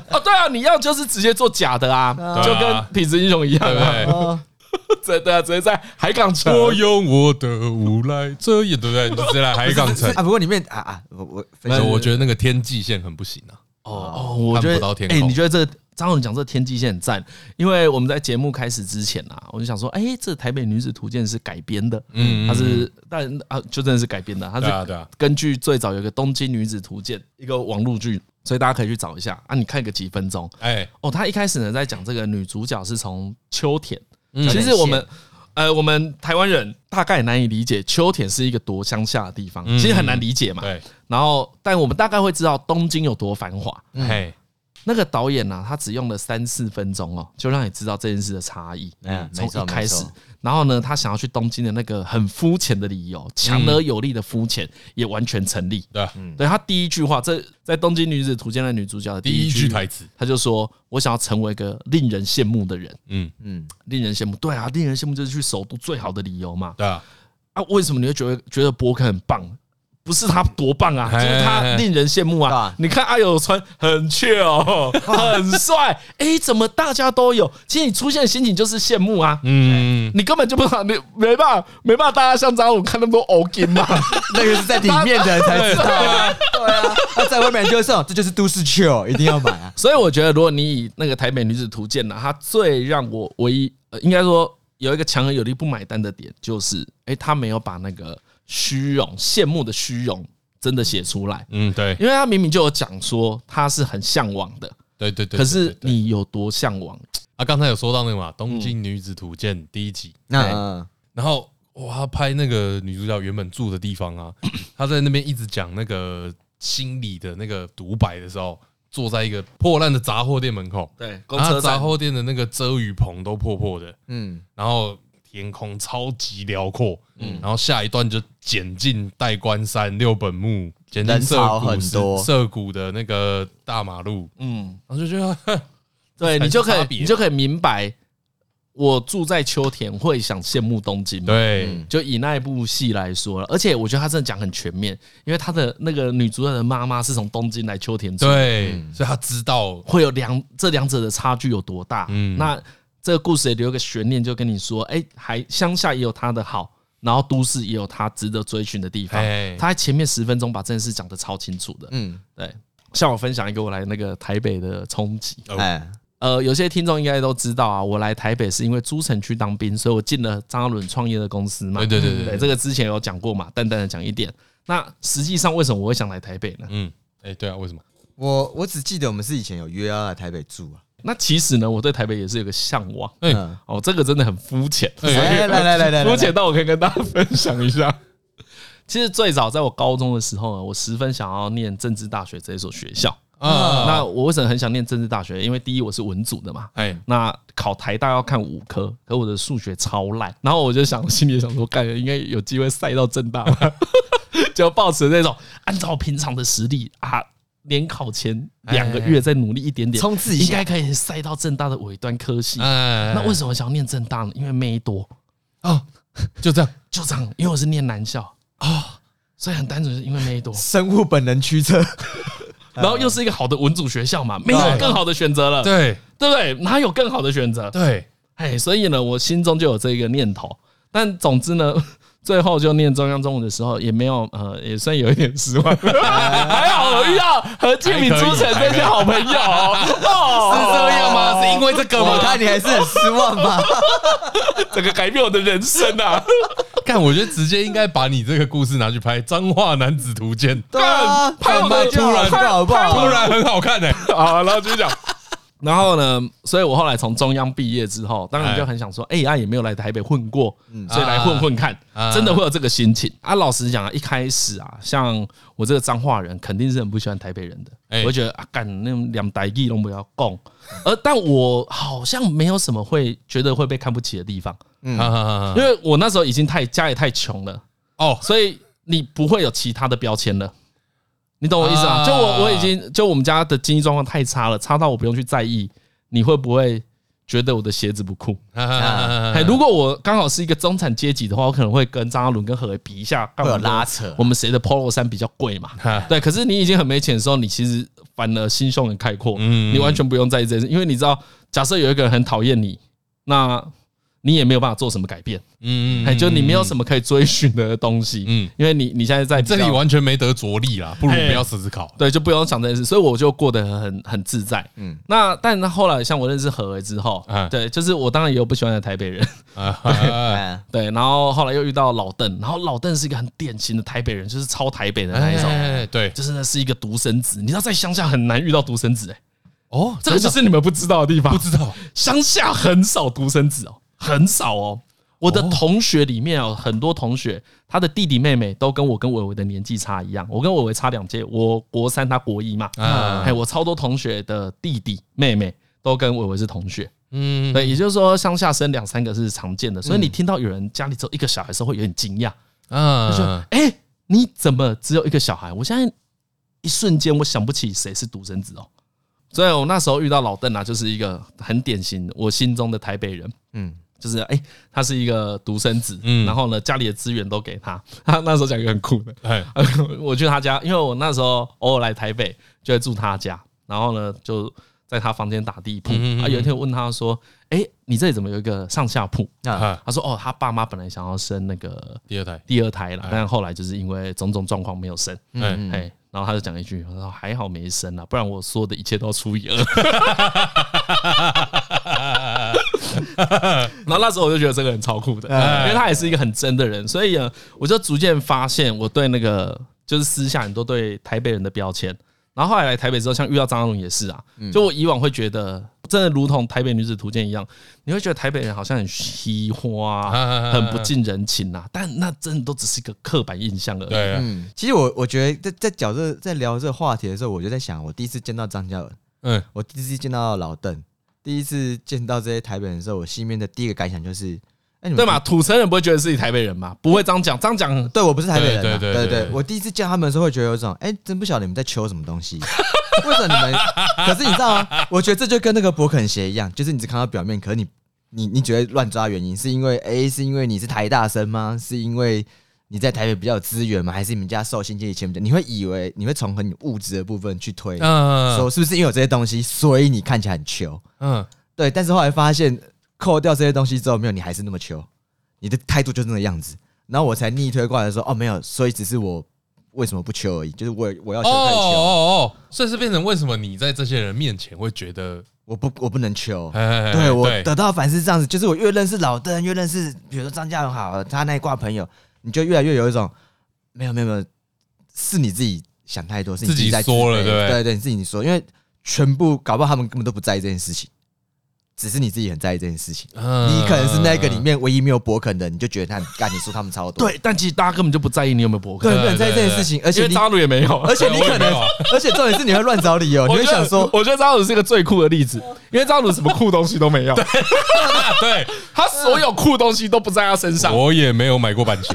哦，对啊，你要就是直接做假的啊，
啊
就跟痞子英雄一样
对不
啊，
对？
哦
真的啊直接在海港城。
我用我的无赖遮掩，对不对？你就直接来海港 城。
啊，不过里面啊啊，我我
所
分
以
享
我觉得那个天际线很不行啊。
哦哦，我觉
看
得
不到天
哎、
空
你觉得这个张总讲这个天际线很赞？因为我们在节目开始之前啊，我就想说，哎、这《台北女子图鉴》是改编的，嗯，它是但啊，就真的是改编的，它
对啊，
是
对啊，
根据最早有一个《东京女子图鉴》一个网络剧，所以大家可以去找一下啊，你看个几分钟
哎，
哦。他一开始呢在讲这个女主角是从秋田，
嗯
其实我们。呃，我们台湾人大概难以理解秋田是一个多乡下的地方，
嗯
其实很难理解嘛。
对，
然后，但我们大概会知道东京有多繁华。
哎，
那个导演啊，他只用了三四分钟哦，就让你知道这件事的差异。
嗯
从
没错
一开始
没错，
然后呢，他想要去东京的那个很肤浅的理由，强而有力的肤浅也完全成立。
对啊，
对他第一句话，这在《东京女子图鉴》的女主角的
第
第
一
一
句
句
台，词，
他就说：“我想要成为一个令人羡慕的人，
嗯，
嗯，
令人羡慕。”对啊，令人羡慕就是去首都最好的理由嘛。
对啊，
啊，为什么你会觉得觉得博肯很棒？不是他多棒啊，就
哎
是他令人羡慕
对
啊
啊！
你看阿友穿很 chill，哦很帅，哎，怎么大家都有？其实你出现的心情就是羡慕啊，
嗯，
你根本就不知道，你没办法，没办法，大家像张武看那么多欧金嘛，
那个是在里面的人才知道 啊，对啊，那在外面人就会说这就是都市 chill，一定要买 啊。
所以我觉得，如果你以那个《台北女子图鉴》呢，它最让我唯一呃，应该说有一个强而有力不买单的点，就是哎、诶他没有把那个虚荣、羡慕的虚荣真的写出来。
嗯，对，
因为他明明就有讲说他是很向往的，
对对对。
可是
对对
你有多向往？
啊，刚才有说到那个嘛，《东京女子图鉴》第一集，
那
哎
嗯
然后哇，他拍那个女主角原本住的地方 啊，她在那边一直讲那个心理的那个独白的时候，坐在一个破烂的杂货店门口，
对，公
然后
车
杂
站
货店的那个遮雨棚都破破的，
嗯，
然后天空超级辽阔，嗯，然后下一段就剪进代官山、六本木，剪进
人
涩
潮
谷
很
市
多
涩谷的那个大马路，
嗯，
然后就觉得 呵
对
才
你就可
差
以，
别
你就可以明白，我住在秋田会想羡慕东京吗？
对，
就以那一部戏来说了，而且我觉得他真的讲很全面，因为他的那个女主角的妈妈是从东京来秋田住，
对，所以他知道，
会有两这两者的差距有多大？嗯，
嗯
那这个故事也留个悬念，就跟你说，哎、还乡下也有它的好，然后都市也有它值得追寻的地方
哎。
他在前面十分钟把这件事讲得超清楚的，嗯
嗯，
对。像我分享一个我来那个台北的冲击，
哦
哎，
呃，有些听众应该都知道啊，我来台北是因为诸城区当兵，所以我进了张阿伦创业的公司嘛。
对对对对
对，这个之前有讲过嘛，淡淡的讲一点。那实际上为什么我会想来台北呢？
嗯，哎，对啊，为什么？
我我只记得我们是以前有约要来台北住啊。
那其实呢，我对台北也是有个向往。
哎，
嗯，
哦，这个真的很肤浅，
哎来来来来来，
肤浅到我可以跟大家分享一下。其实最早在我高中的时候呢，我十分想要念政治大学这一所学校，
啊啊
那我为什么很想念政治大学？因为第一我是文组的嘛，
哎，
那考台大要看五科，可我的数学超烂，然后我就想，心里想说，感觉应该有机会赛到正大吧， 就抱持那种按照平常的实力啊，联考前两个月再努哎力一点点，
冲刺一
应
下
该可以赛到正大的尾端科系。
哎，
那为什么想念正大呢？因为妹多，
哦，就这样
就这样，因为我是念男校啊，
哦
所以很单纯，是因为 妹多，
生物本能驱车，
然后又是一个好的文组学校嘛，没有更好的选择了，
对
对不对？哪有更好的选择？
对，
哎，所以呢，我心中就有这个念头。但总之呢， 最后就念中央中文的时候，也没有呃，也算有一点 失望。还好我遇到何敬敏、朱晨这些好朋友，哦，
是这样吗？是因为这个
我
吗？
看你还是很失 望吧？
整个改变我的人生啊！
看，我觉得直接应该把你这个故事拿去拍《脏话男子图鉴》，
对啊，
拍
好
我
吧
的
就好
突然
看好不好？
突然很好看哎，
啊，然后就讲。 然后呢，所以我后来从中央毕业之后，当然就很想说，哎，啊也没有来台北混过，所以来混混看
啊，
真的会有这个心情啊。老实讲啊，一开始啊，像我这个彰化人，肯定是很不喜欢台北人的，
哎
我会觉得啊，干那种两台语都不要讲。而但我好像没有什么会觉得会被看不起的地方，
啊啊啊啊
因为我那时候已经太家里太穷了，
哦，
所以你不会有其他的标签了。你懂我意思吗？
啊
就我我已经就我们家的经济状况太差了，差到我不用去在意你会不会觉得我的鞋子不酷。
啊啊啊啊啊
哎，如果我刚好是一个中产阶级的话，我可能会跟张阿伦跟何伟比一下，
会有
干嘛
拉扯
我们谁的 Polo 衫比较贵嘛？
啊
对，可是你已经很没钱的时候，你其实反而心胸很开阔，
嗯
你完全不用在意这件事，因为你知道，假设有一个人很讨厌你，那你也没有办法做什么改变，
嗯
哎，就你没有
么，
什么可以追寻的东西，
嗯
嗯，因为你你现在在比
这
较
里完全没得着力啦，不如
哎
不要思考。
对，就不用想这件事，所以我就过得很很自在。嗯，那但后来像我认识何为之后，
嗯
对，就是我当然也有不喜欢的台北人，
啊啊啊
嗯
对，然后后来又遇到老邓，然后老邓是一个很典型的台北人，就是超台北的那一种，
哎对
就是呢是一个独生子，你知道在乡下很难遇到独生子、欸，
哦，
这个就是你们不知道的地方
不，知道
乡下很少独生子哦，很少哦。我的同学里面哦，很多同学他的弟弟妹妹都跟我跟伟伟的年纪差一样，我跟伟伟差两届，我国三他国一嘛，
啊
哎，我超多同学的弟弟妹妹都跟伟伟是同学，
嗯
对，也就是说乡下生两三个是常见的，所以你听到有人家里只有一个小孩的时候会有点惊讶，
啊
就说哎、你怎么只有一个小孩？我现在一瞬间我想不起谁是独生子哦。所以我那时候遇到老邓啊，就是一个很典型我心中的台北人，
嗯，
就是哎、他是一个独生子，
嗯
然后呢家里的资源都给他。 他那时候讲一个很酷的，
哎
我去他家，因为我那时候偶尔来台北就会住他家，然后呢就在他房间打地铺。
嗯嗯嗯
啊，有一天我问他说：“哎、你这里怎么有一个上下铺
那
啊？”
他说：“哦，他爸妈本来想要生那个
第二胎
第二胎了，但后来就是因为种种状况没有生。”
嗯
哎
哎、然后他就讲一句：“他说还好没生啊，不然我说的一切都要除以二。”然后那时候我就觉得这个人超酷的，因为他也是一个很真的人，所以呃我就逐渐发现我对那个就是私下很多对台北人的标签。然后后来来台北之后，像遇到张阿龙也是啊，就我以往会觉得，真的如同《台北女子图鉴》一样，你会觉得台北人好像很虚花、
啊
啊，很不近人情啊，但那真的都只是一个刻板印象而已。
对啊
嗯，其实我我觉得在在讲这在聊这个话题的时候，我就在想，我第一次见到张嘉文，
嗯
我第一次见到老邓，第一次见到这些台北人的时候，我心里面的第一个感想就是，哎，你们
对嘛？？土城人不会觉得自己台北人嘛？不会这样讲，这样讲
对我不是台北人啊，
对对
对
对
对
对
对，我第一次见他们的时候会觉得有一种，哎，真不晓得你们在求什么东西。 为什么你们？可是你知道吗？我觉得这就跟那个勃肯鞋一样，就是你只看到表面，可是你你你觉得乱抓原因，是因为哎，是因为你是台大生吗？是因为你在台北比较有资源吗？还是你们家受薪阶级前比较？你会以为你会从很物质的部分去推，
嗯
说是不是因为有这些东西，所以你看起来很穷？
嗯
对，但是后来发现扣掉这些东西之后，没有你还是那么穷，你的态度就是那个样子。然后我才逆推过来说，哦，没有，所以只是我为什么不求而已，就是我我要
哦
求太求，
哦哦，所以是变成为什么你在这些人面前会觉得
我不我不能求。
哎
对我得到反思这样子，就是我越认识老邓，越认识比如说张嘉荣好了，他那一挂朋友，你就越来越有一种没有没有没有，是你自己想太多，是你
自己
在自
说了
卑
对不对
对对，你自己说，因为全部搞不好他们根本都不在意这件事情。只是你自己很在意这件事情。
嗯
你可能是那个里面唯一没有勃肯的，你就觉得他干，你输他们超多。
对，但其实大家根本就不在意你有没有博客，
对，对，很在意这件事情，而
因
且
为
你，
扎鲁也没有，
而且你
我也
可
没
能
有啊，
而且重点是你会乱找 理由，你
我
会
觉得
想说，
我觉得扎鲁是一个最酷的例 子，因为扎鲁什么酷东西都没有，
啊对，
他所有酷东西都不在他身 上，啊
我也没有买过版权。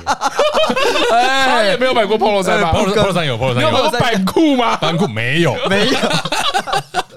他也没有买过哎 polo 衫吧？
Polo Polo 衫有，Polo
你
衫
有买
有，
过板裤吗？
板裤没有，
没有，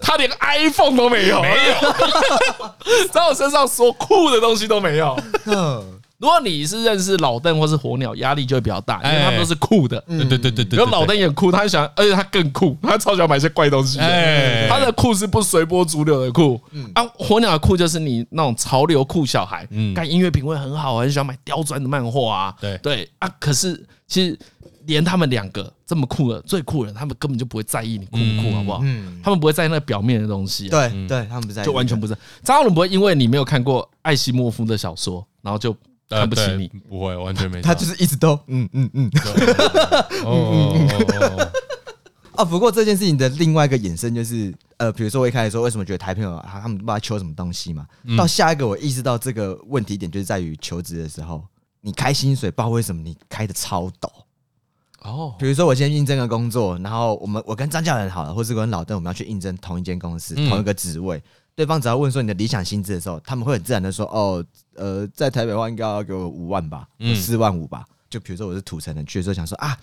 他连 iPhone 都没有，没有， 在我身上所酷的东西都没有。
嗯
如果你是认识老邓或是火鸟，压力就会比较大，因为他们都是酷的。
嗯
对对对对对，
然后老邓也很酷，他很喜欢，而且他更酷，他超喜欢买一些怪东西的。
哎嗯
他的酷是不随波逐流的酷，啊，火鸟的酷就是你那种潮流酷小孩，嗯，干音乐品味很好，很喜欢买刁钻的漫画啊，
对
对啊，可是其实连他们两个这么酷的最酷的人，他们根本就不会在意你酷不
嗯
酷，好不好？他们不会在意那个表面的东西、啊，
嗯对对，他们不在意，
就完全不是。张浩伦不会因为你没有看过艾希莫夫的小说，然后就
呃
看不起
对
你。
不会，完全没差。
他就是一直都嗯嗯嗯。
哦哦哦哦
哦，不过这件事情的另外一个衍生就是，呃，比如说我一开始说为什么觉得台朋友他他们不知道求什么东西嘛，到下一个我意识到这个问题点就是在于求职的时候，你开薪水，不知道为什么你开的超陡。
哦，
比如说我今天应征个工作，然后我们我跟张教仁好了，或是跟老邓，我们要去应征同一间公司、同一个职位，对方只要问说你的理想薪资的时候，他们会很自然的说，哦，呃，在台北的话应该要给我五万吧，四万五吧。就比如说我是土城人，去的时候想说啊，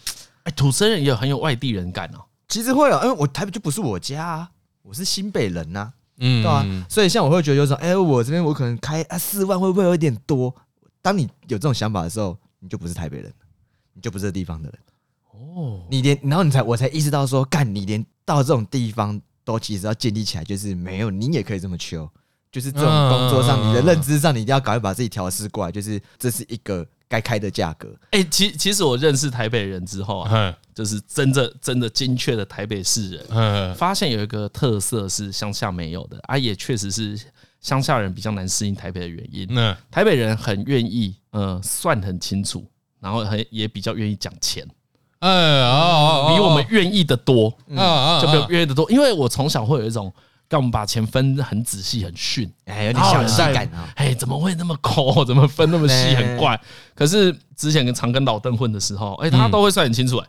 哎，土生人也很有外地人感哦。
其实会有，因为我台北就不是我家啊，我是新北人呐、
嗯
对啊，所以像我会觉得就是说，哎、我这边我可能开啊四万会不会有点多？当你有这种想法的时候，你就不是台北人，你就不是这地方的人。哦，你连然后你才我才意识到说，干你连到这种地方都其实要建立起来，就是没有你也可以这么求，就是这种工作上、
嗯
你的认知上，你一定要赶快把自己调试过来，就是这是一个该开的价 格。
哎，其其实我认识台北人之后啊，
嗯
就是真的真的精确的台北市人，
嗯
发现有一个特色是乡下没有的啊，也确实是乡下人比较难适应台北的原因。
那
台北人很愿意，呃，算很清楚，然后很也比较愿意讲钱，
哎哦哦哦，
比我们愿意的多。
啊啊
就没有
啊，
约的多，因为我从小会有一种，让我们把钱分得很仔细、很逊，
哎，有点小气感啊。
哎，怎么会那么抠？怎么分那么细？
对
哎
很怪。可是之前跟常跟老邓混的时候，哎，
嗯
他都会算很清楚，哎，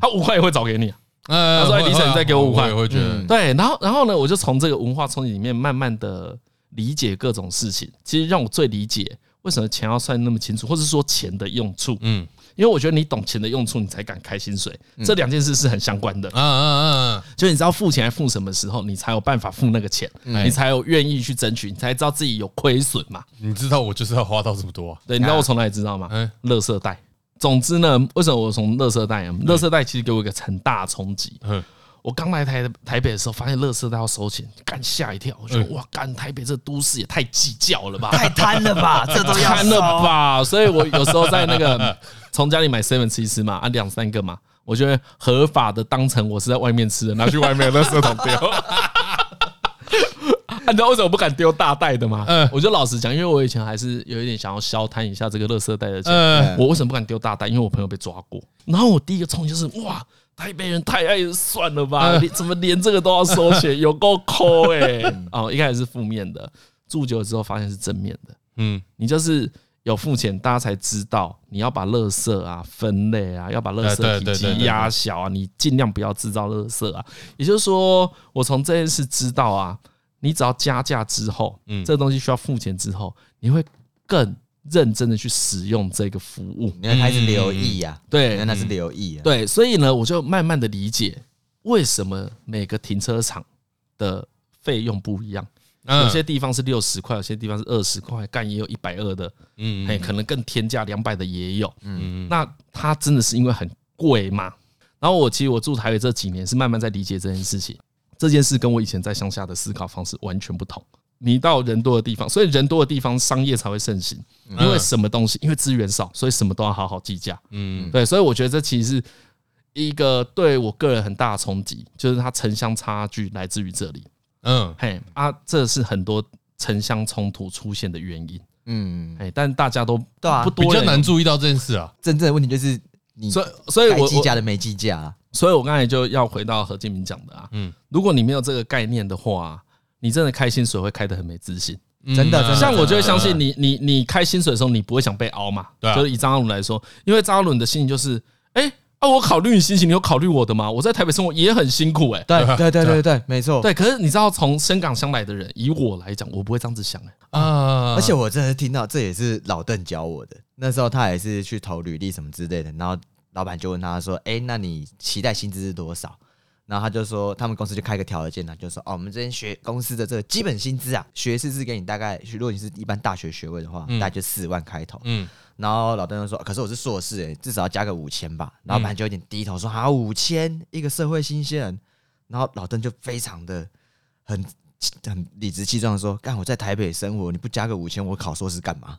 他五块也会找给你。啊
他
他说哎李晨你再给我五块
我也会觉得
嗯
对，然后然后呢，我就从这个文化冲击里面慢慢的理解各种事情。其实让我最理解为什么钱要算那么清楚，或是说钱的用处。
嗯
因为我觉得你懂钱的用处，你才敢开薪水，这两件事是很相关的。
啊啊啊，
就你知道付钱付什么时候，你才有办法付那个钱，
嗯
你才有愿意去争取，你才知道自己有亏损嘛。
你知道我就是要花到这么多啊，
对，你知道我从哪里知道吗
嗯？
垃圾袋。总之呢，为什么我从垃圾袋啊？垃圾袋其实给我一个很大的冲击。
嗯
我刚来台台北的时候，发现垃圾袋要收钱，干吓一跳，我觉得哇，干台北这都市也太计较了吧，
太贪了吧，这都要
贪了
收？
吧！所以我有时候在那 个从家里买 seven 吃一吃嘛，啊两三个嘛，我就会合法的当成我是在外面吃的，拿去外面的垃圾桶丢。啊你知道啊为什么不敢丢大袋的吗？
嗯
我就老实讲，因为我以前还是有一点想要消摊一下这个垃圾袋的钱。
嗯
我为什么不敢丢大袋？因为我朋友被抓过。然后我第一个冲击就是哇，台北人太爱算了
嗯
吧，连怎么连这个都要收钱，有够 抠哎！哦，一开始是负面的，住久了之后发现是正面的。
嗯
你就是有付钱，大家才知道你要把垃圾啊分类啊，要把垃
哎
圾
对
体
对对对
积
对
压小啊，你尽量不要制造垃圾啊。也就是说，我从这件事知道啊，你只要加价之后，嗯，这个东西需要付钱之后，你会更认真的去使用这个服务。
你要开始留意呀、啊，
对
嗯
原来那是留意啊。
对，所以呢，我就慢慢的理解为什么每个停车场的费用不一样。
嗯
有些地方是六十块，有些地方是二十块，干也有一百二的，
嗯
哎，可能更天价两百的也有。嗯，那它真的是因为很贵嘛？然后我其实我住台北这几年是慢慢在理解这件事情，这件事跟我以前在乡下的思考方式完全不同。你到人多的地方，所以人多的地方商业才会盛行，因为什么东西，因为资源少，所以什么都要好好计价。
嗯
对，所以我觉得这其实是一个对我个人很大的冲击，就是它城乡差距来自于这里。
嗯
嘿啊，这是很多城乡冲突出现的原因。
嗯，
哎，但大家都
对啊
不
比
多
较
人
难注意到这件事啊，
真正的问题就是你
所以，所以
该
我
计
我
价的没计价、啊，
所以我刚才就要回到何建明讲的啊，嗯
嗯，
如果你没有这个概念的话，你真的开薪水会开得很没自信，
真的，
嗯
真的
像我就会
真的
相信你，你你开薪水的时候，你不会想被凹嘛？
对啊
就是以张阿伦来说，因为张阿伦的心情就是，哎、啊，我考虑你心情，你有考虑我的吗？我在台北生活也很辛苦、哎。
对对对对对，没错。
对，啊可是你知道，从深港乡来的人，以我来讲，我不会这样子想、哎，
啊
而且我真的听到，这也是老邓教我的。那时候他也是去投履历什么之类的，然后老板就问他说：“哎、那你期待薪资是多少？”然后他就说，他们公司就开个条件呢，就说：“哦，我们这边学公司的这个基本薪资啊，学士是给你大概，如果你是一般大学学位的话，大概就四万开头。”
嗯，
然后老邓就说：“可是我是硕士、欸，至少要加个五千吧。”老板就有点低头说：“啊，五千，一个社会新鲜人。”然后老邓就非常的很很理直气壮的说：“干，我在台北生活，你不加个五千，我考硕士干嘛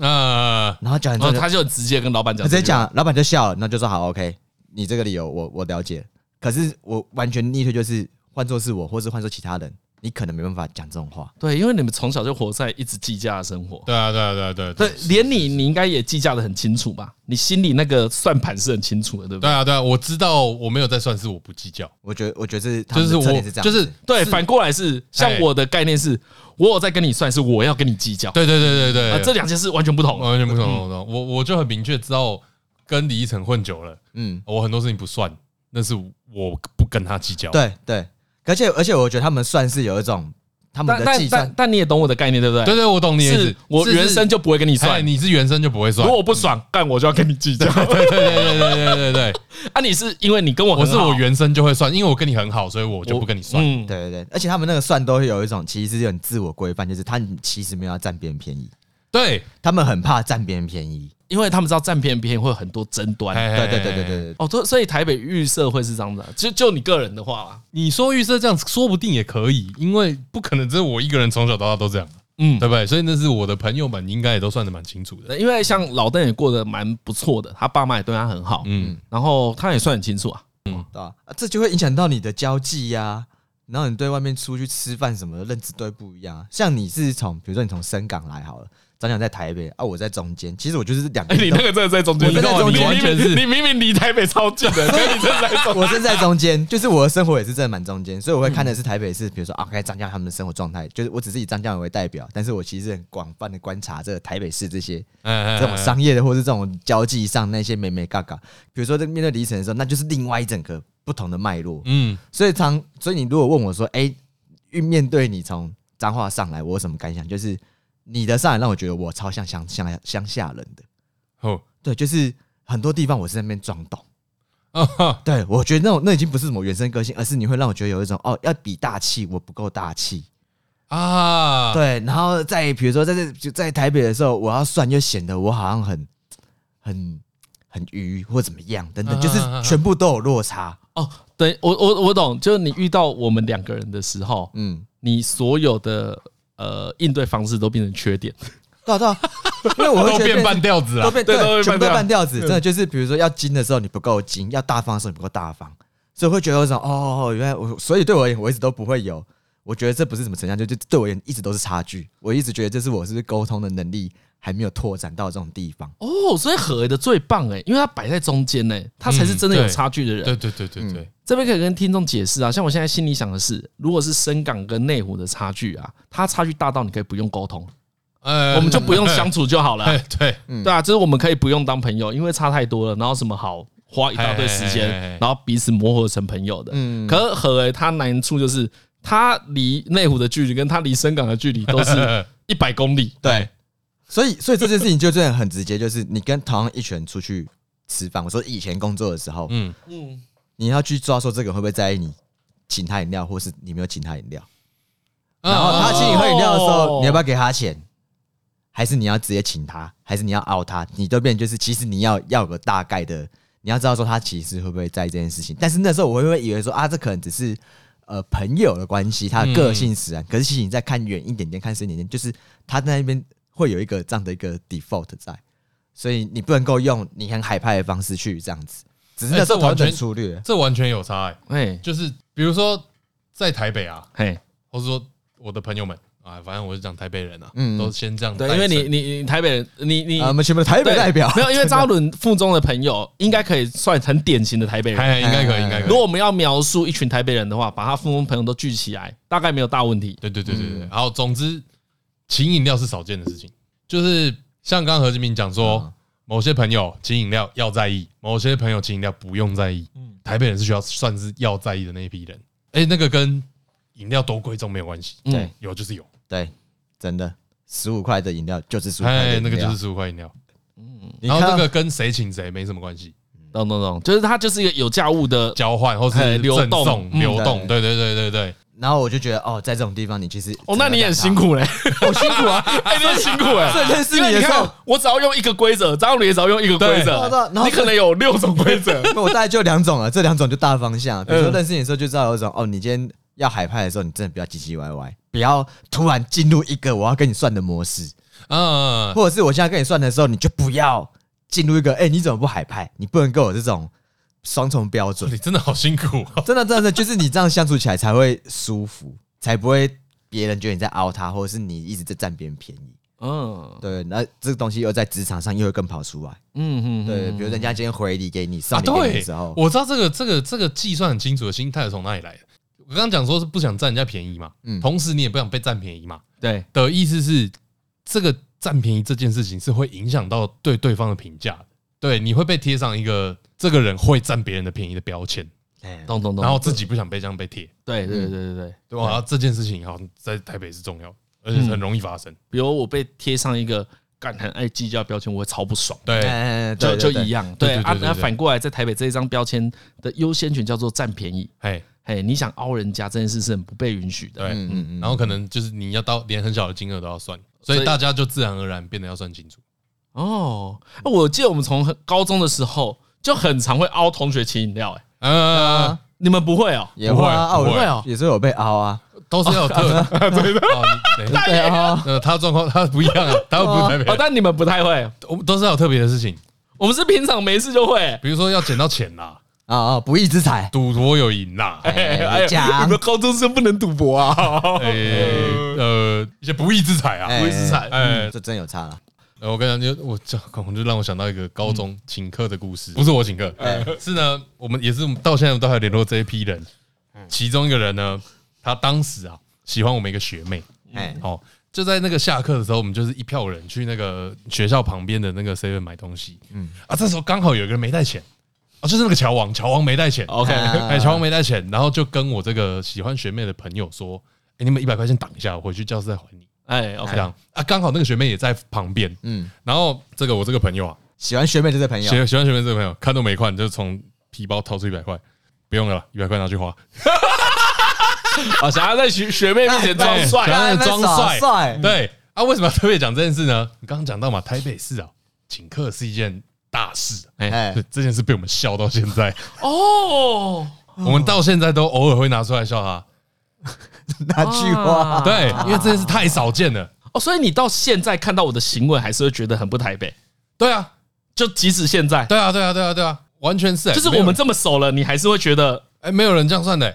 啊？”，
然后讲
然
完之后
后
就，
哦他就很直接跟老板
他
讲，
直接，讲，老板就笑了，那就说：“好，OK，你这个理由我我了解。可是我完全逆推，就是换做是我，或是换做其他人，你可能没办法讲这种话。
对，因为你们从小就活在一直计价的生活，
对啊，对啊，对啊，对啊
对，连你你应该也计价的很清楚吧？你心里那个算盘是很清楚的，对不
对
对？
啊，对啊，我知道我没有在算，是我不计较，
我觉得，我觉得是他
就
们
是
的策略
我
是这样子，
就是
对，反过来是像
哎
我的概念是，我有在跟你算，是我要跟你计较，
对对对对对，
啊，这两件事完全不同。
完全不同，不同。我我就很明确知道，跟李依晨混久了，
嗯。
我很多事情不算，那是我不跟他计较。，
对对，而且而且我觉得他们算是有一种他们
但
的
但
计
但
算，
但你也懂我的概念，对不对？
对对，我懂你的意思
是。我原生就不会跟你
你
算，
你是原生就不会算
如。果我不爽，干我就要跟你 计较。
对对对对对对对对，
啊，你是因为你跟我
我
很
是
好
我原生就会算，因为我跟你很好，所以我就不跟你算。
嗯，
对对对，而且他们那个算都会有一种其实是有点自我规范，就是他们其实没有要占别人便宜，
对，
他们很怕占别人便宜。
因为他们知道占便宜别人会有很多争端。
对
对
对对对对。对，
哦，所所以台北预设会是这样的，啊就就你个人的话啦，
你说预设这样，说不定也可以，因为不可能只有我一个人从小到大都这样，
嗯，
对不对？所以那是我的朋友们应该也都算得蛮清楚的。
因为像老邓也过得蛮不错的，他爸妈也对他很好，
嗯，
然后他也算很清楚啊。
对吧、啊？这就会影响到你的交际呀、然后你对外面出去吃饭什么的认知都会不一样啊。像你是从，比如说你从深港来好了，张讲在台北啊，我在中间，其实我就是两
哎，
边
你
都
那个真的在中间，
我真的在中间
你
完全
哎你
是
你明明离台北超近的，可是你真的在中
我身在中间，就是我的生活也是真的蛮中间，所以我会看的是台北市，比如说啊，看张家他们的生活状态，就是我只是以张家人为代表，但是我其实很广泛的观察这个台北市这些
嗯
哎
这种商业的或是这种交际上那些美美嘎嘎，比如说在面对离城的时候，那就是另外一整个不同的脉络。
嗯，
所以常，所以你如果问我说，哎、面对你从彰化上来，我有什么感想？就是你的上来让我觉得我超像乡乡乡下人的，
哦，
对，就是很多地方我是在那边撞到。
啊哈
对，我觉得那种那已经不是什么原生个性，而是你会让我觉得有一种哦，要比大气，我不够大气。
啊，
对，然后在比如说在这就在台北的时候，我要算又显得我好像很很很愚或怎么样等等，就是
啊啊啊啊
全部都有落差。
哦，对我我我懂，就是你遇到我们两个人的时候，
嗯，
你所有的呃应对方式都变成缺点。
对 啊对啊，因为我会
都
觉得
变半调子
都
啊，
变
对
对
都变
全
半
部都
调
半调子，真的就是比如说要精的时候你不够精，要大方的时候你不够大方，所以会觉得有一种哦哦，哦原来我所以对我而言我一直都不会有，我觉得这不是什么成长，就就对我而言一直都是差距，我一直觉得这是我是沟通的能力还没有拓展到这种地方，
哦，所以和的最棒哎，因为他摆在中间呢，他才是真的有差距的人。
对对对对对，
这边可以跟听众解释啊，像我现在心里想的是，如果是深港跟内湖的差距啊，它差距大到你可以不用沟 通，
呃
嗯我们就不用相处就好 了啊、
哎对，
对啊，就是我们可以不用当朋友，因为差太多了，然后什么好花一大堆时间
哎哎哎哎，
然后彼此磨合成朋友的。嗯，可是何为它难处就是，它离内湖的距离跟它离深港的距离都是一百公 里。
对，所以所以这件事情就真的很直接，就是你跟同样一群人出去吃饭，我说以前工作的时候，
嗯
嗯，
你要去抓说这个人会不会在意你请他饮料，或是你没有请他饮料。
然
嗯
然后他请你喝饮料的时
哦
候，你要不要给他钱？还是你要直接请他？还是你要凹他？你都变就是，其实你要要有个大概的，你要知道说他其实会不会在意这件事情。但是那时候我会以为说啊，这可能只是呃朋友的关系，他的个性使然。可是其实你再看远一点点，看深一点点，就是他在那边会有一个这样的一个 default 在，所以你不能够用你很海派的方式去这样子。只是那时候
哎这完全
完全粗略，
这完全有差、欸，
哎
就是比如说在台北啊，
嘿，
或是说我的朋友们啊，反正我是讲台北人啊，
嗯
都先这样带
对，
着。
因为你你你台北人，你你
啊，我们全部台北
对
代表
没 有，因为张伦附中的朋友应该可以算很典型的台北人。
哎，应该可以，应该可
如
以。
果我们要描述一群台北人的话，把他附中朋友都聚起来，大概没有大问题。
对对对对对。然后总之，请饮料是少见的事情，就是像刚刚何志明讲说
嗯，
某些朋友请饮料要在意，某些朋友请饮料不用在意。台北人是需要算是要在意的那一批人，哎，那个跟饮料多贵重没有关系，
对
有就是有，
对，真的，十五块的饮料就是十五块的
哎，
饮料，
那个就是十五块饮料，
你
然
看
后
到。
这个跟谁请谁没什么关系，
懂懂懂，就是它就是一个有价物的，
交换或
哎
是
流
赠
动
送
嗯
流动，对对对对对，
然后我就觉得，哦，在这种地方，你其实
哦，那你也辛
苦，
苦嘞， 好辛苦啊，哎，你很辛苦哎，
啊
这件事
因
你
为
也
你
时
看，我只要用一个规则，张鲁也只要用一个规
对对
则，
然后
你可能有六种规则，
我大概就两种了，这两种就大方向。比
嗯
如说认识你的时候就知道有一种，哦，你今天要海派的时候，你真的不要唧唧歪歪，不要突然进入一个我要跟你算的模式，
嗯，
或者是我现在跟你算的时候，你就不要进入一个，哎、你怎么不海派？你不能跟我这种双重标准
你。真的好辛苦哦，
真的，真的，就是你这样相处起来才会舒服，才不会别人觉得你在凹他，或者是你一直在占别人便宜。
嗯
对，那这个东西又在职场上又会更跑出来。
嗯嗯，
对，比如人家今天回礼给你，
啊，
上礼给你
对
的时候，，
我知道这个这个这个计算很清楚的心态是从哪里来的。我刚刚讲说是不想占人家便宜嘛，
嗯
同时你也不想被占便宜嘛。
对，
的意思是，这个占便宜这件事情是会影响到对对方的评价的，对，你会被贴上一个这个人会占别人的便宜的标签，
哎
懂懂懂，
然后自己嗯不想被这样被贴，
对对对对对，
哦对吧？然后这件事情好像在台北是重要的，而且是很容易发生，
比如我被贴上一个干很爱计较标签，我会超不爽。
对，
哎，对
就就
对对
一样，
对
对
对
啊
对。对
那
对
反过来，在台北这一张标签的优先权叫做占便宜。
哎，
嘿，你想凹人家这件事是很不被允许的。
对，
嗯嗯嗯
然后可能就是你要到连很小的金额都要算，所
所
以
以
大家就自然而然变得要算清楚。
哦，我记得我们从很高中的时候就很常会凹同学请饮料，哎，
嗯，
你们不 会哦？
也
不
会
会
啊，啊
不
我
会哦
也是有被凹 啊，
都是要有特色，对 的。
对啊，
呃，他状况他不一样啊，他又不是台北
哦，
人，
但你们不太会，
我们都是要有特别的事情，
我们是平常没事就
哎
会。
比如说要捡到钱啦，
啊啊，不义之财，
赌博有赢啦，
哎
哎
讲
你们高中生不能赌博啊！
哎呃一些不义之财啊，
哎
不义之财。哎
嗯，这真有差了，
呃我跟你讲，就我这我就让我想到一个高中请客的故事，不是我请客，是呢，我们也是到现在都还有联络这一批人，其中一个人呢，他当时啊喜欢我们一个学妹，
哎，
哦，就在那个下课的时候，我们就是一票人去那个学校旁边的那个 seven 买东西。嗯啊，这时候刚好有一个人没带钱，哦，就是那个乔王，乔王没带钱。
OK
啊
哎，乔 王没带钱，然后就跟我这个喜欢学妹的朋友说：“哎，你们一百块钱挡一下，我回去教室再还你。”
哎
这
，OK，
样啊，刚好那个学妹也在旁边。
嗯，
然后这个我这个朋友啊，
喜欢学妹这个朋友，
喜喜欢学妹这个朋友看都没看，就从皮包掏出一百块，不用了啦，一百块拿去花。
啊，想要在学学妹面前装
哎
帅，
想要
在那边
装
耍
帅，
帅
对啊，为什么要特别讲这件事呢？你刚刚讲到嘛，台北市啊，请客是一件大事，
哎，
哎
对，这件事被我们笑到现在，
哦，
我们到现在都偶尔会拿出来笑他。
那句话，
啊
对，因为这件事太少见了。
哦，所以你到现在看到我的行为，还是会觉得很不台北。
对啊，
就即使现在，
对啊，对啊，对啊，对啊，完全是、
就是
没有
我们
人
这么熟了，你还是会觉得
哎、没有人这样算的、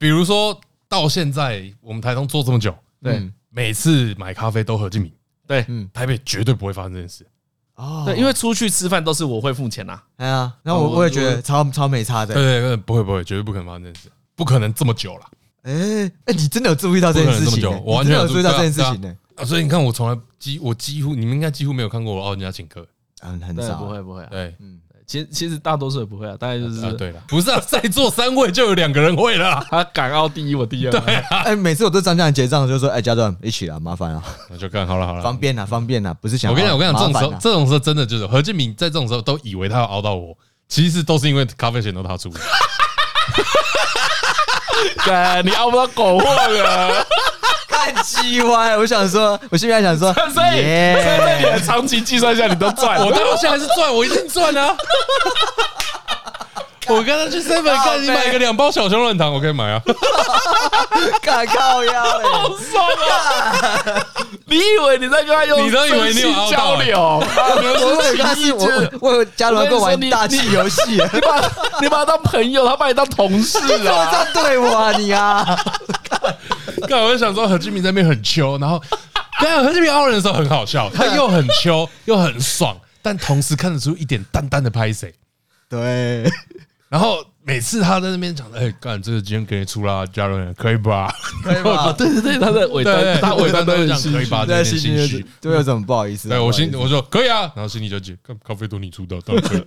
比如说到现在，我们台中做这么久，
对
嗯
每次买咖啡都何敬明，
对
台北绝对不会发生这件事。
哦，
对，因为出去吃饭都是我会付钱啊呐。
哎呀，那我我也觉得超超没差
哦对
的，
对对，不会不会，绝对不可能发生这件事，不可能这么久了。
哎哎，你真的有注意到
不
这
可
件
能
事
这么
情
久，
呢，
我完
你
全
真的有注意到这件事
对
情
啊
呢，
对啊啊所以你看，我从来几，我几乎，你们应该几乎没有看过我奥尼亚请客。
欸嗯很很
对，
少，
不会不会啊。
对，
其实其实大多数也不会啊，大概就是
啊对了，嗯不是啊，在座三位就有两个人会了啊，
他港澳第一，我第二嘛。
哎，每次我都这样这样结账，就说，哎，家长一起啦，麻烦啊，
那就干好了好了。
方便啊，方便啊，不是想
我跟你讲，我跟你讲，这种时
麻烦
候，
啊
这种时候真的就是何建明在这种时候都以为他要熬到我，其实都是因为咖啡钱都他出的。
对，你熬不到狗货了。
看鸡歪，我想说，我心里还想说，
所以
耶
所以在你的长期计算下，你都赚。
我到现在是赚，我一定赚 啊！我刚刚去 seven 看你买个两包小熊软糖，我可以买啊。
干靠腰欸 嘞，
好爽啊！ 你以为你在跟他用
你都以为你有凹到
交
欸
流？
我我他是我我我加伦跟我玩大气 游戏，
你把你把他当朋友，他把你当同 事
你怎么这
啊！
样对我啊你啊？
刚我就想说何志明在那边很秋，然后刚刚何志明傲人的时候很好笑，他又很秋又很爽，但同时看得出一点淡淡的拍谁。
对，
然后每次他在那边讲，哎，干这个今天给你出啦，家人可以吧？
可以吧？
啊对对对，他的尾端，
对
他尾端都
对
很
对
心
可以
虚
吧
对，啊
有点
心
心
情
虚
对，有种不好意思。
对我心
不好
我
意思
说可以啊，然后心里就觉得，干咖啡都你出的，当然可以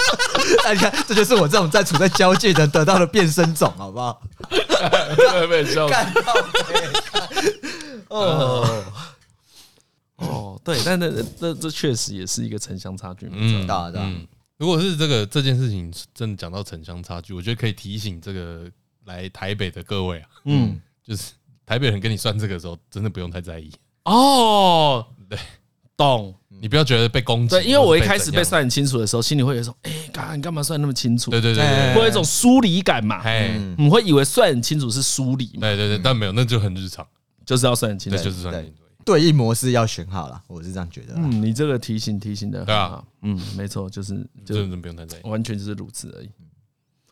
哎你看，这就是我这种在处在交界的人得到的变身种，好不好？
对被笑死
干到哦，
哦，对，但那这这确实也是一个城乡差距。嗯，
嗯，
知道知道
嗯。如果是这个这件事情真的讲到城乡差距，我觉得可以提醒这个来台北的各位啊，
嗯，
就是台北人跟你算这个的时候，真的不用太在意，
哦，
对，
懂。
你不要觉得被攻击。
对，因为我一开
或
始
是
被
被怎样，
算很清楚的时候，心里会有一种，哎，干你干嘛算那么清楚？
对对对
哎
对
会有
对，
一种疏离感嘛。
哎，
你会以为算很清楚是疏离嘛，
对对对，但没有，那就很日常，
就是要算很清
那
楚。
就是算
对
你
对应模式要选好了，我是这样觉得啦。
嗯，你这个提醒提醒的，
对啊，
嗯，没错，就是就
真的不用太在意
完全就是如此而已。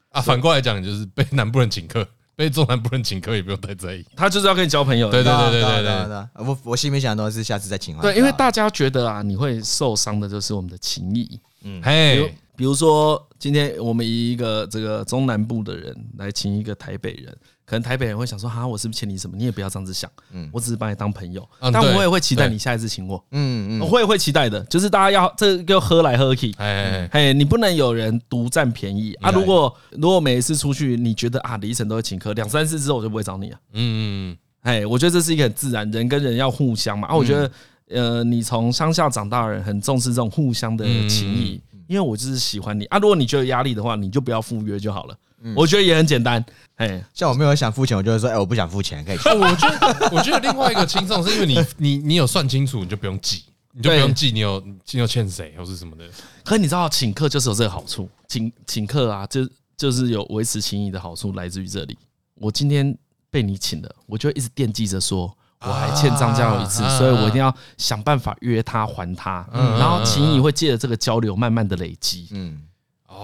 啊。反过来讲，就是被南部人请客， 被中南部人请客也不用太在意。
他就是要跟你交朋友，
对对对对对
啊啊啊我我心里面想的都是下次再请回来。
对，因为大家觉得啊，你会受伤的就是我们的情谊。比如
嘿，
比如说，今天我们以一个这个中南部的人来请一个台北人，可能台北人会想说：“啊哈，我是不是欠你什么？”你也不要这样子想，我只是把你当朋友，
嗯
但
对
我也会期待
对
你下一次请我，
嗯
我会会期待的，就是大家要这个喝来喝去。
哎，
嘿，你不能有人独占便宜啊！如果如果每一次出去，你觉得啊，李晨都会请客，两三次之后我就不会找你了。
嗯，
哎，我觉得这是一个很自然，人跟人要互相嘛。啊，我觉得，呃，你从乡下长大的人很重视这种互相的情谊，因为我就是喜欢你啊。如果你觉得有压力的话，你就不要赴约就好了。我觉得也很简单。哎，
像我没有想付钱，我就会说，哎，我不想付 钱，可以去。
哦我觉得我觉得另外一个轻松是因为你 你你有算清楚，你就不用记，你就不用记你有你有欠谁或是什么的。
可你知道，请客就是有这个好处，请请客啊，就就是有维持情谊的好处，来自于这里。我今天被你请了，我就一直惦记着说。我还欠张家友一次，
啊
所以我一定要想办法约他还他，然后情谊会借着这个交流慢慢的累积。
啊嗯，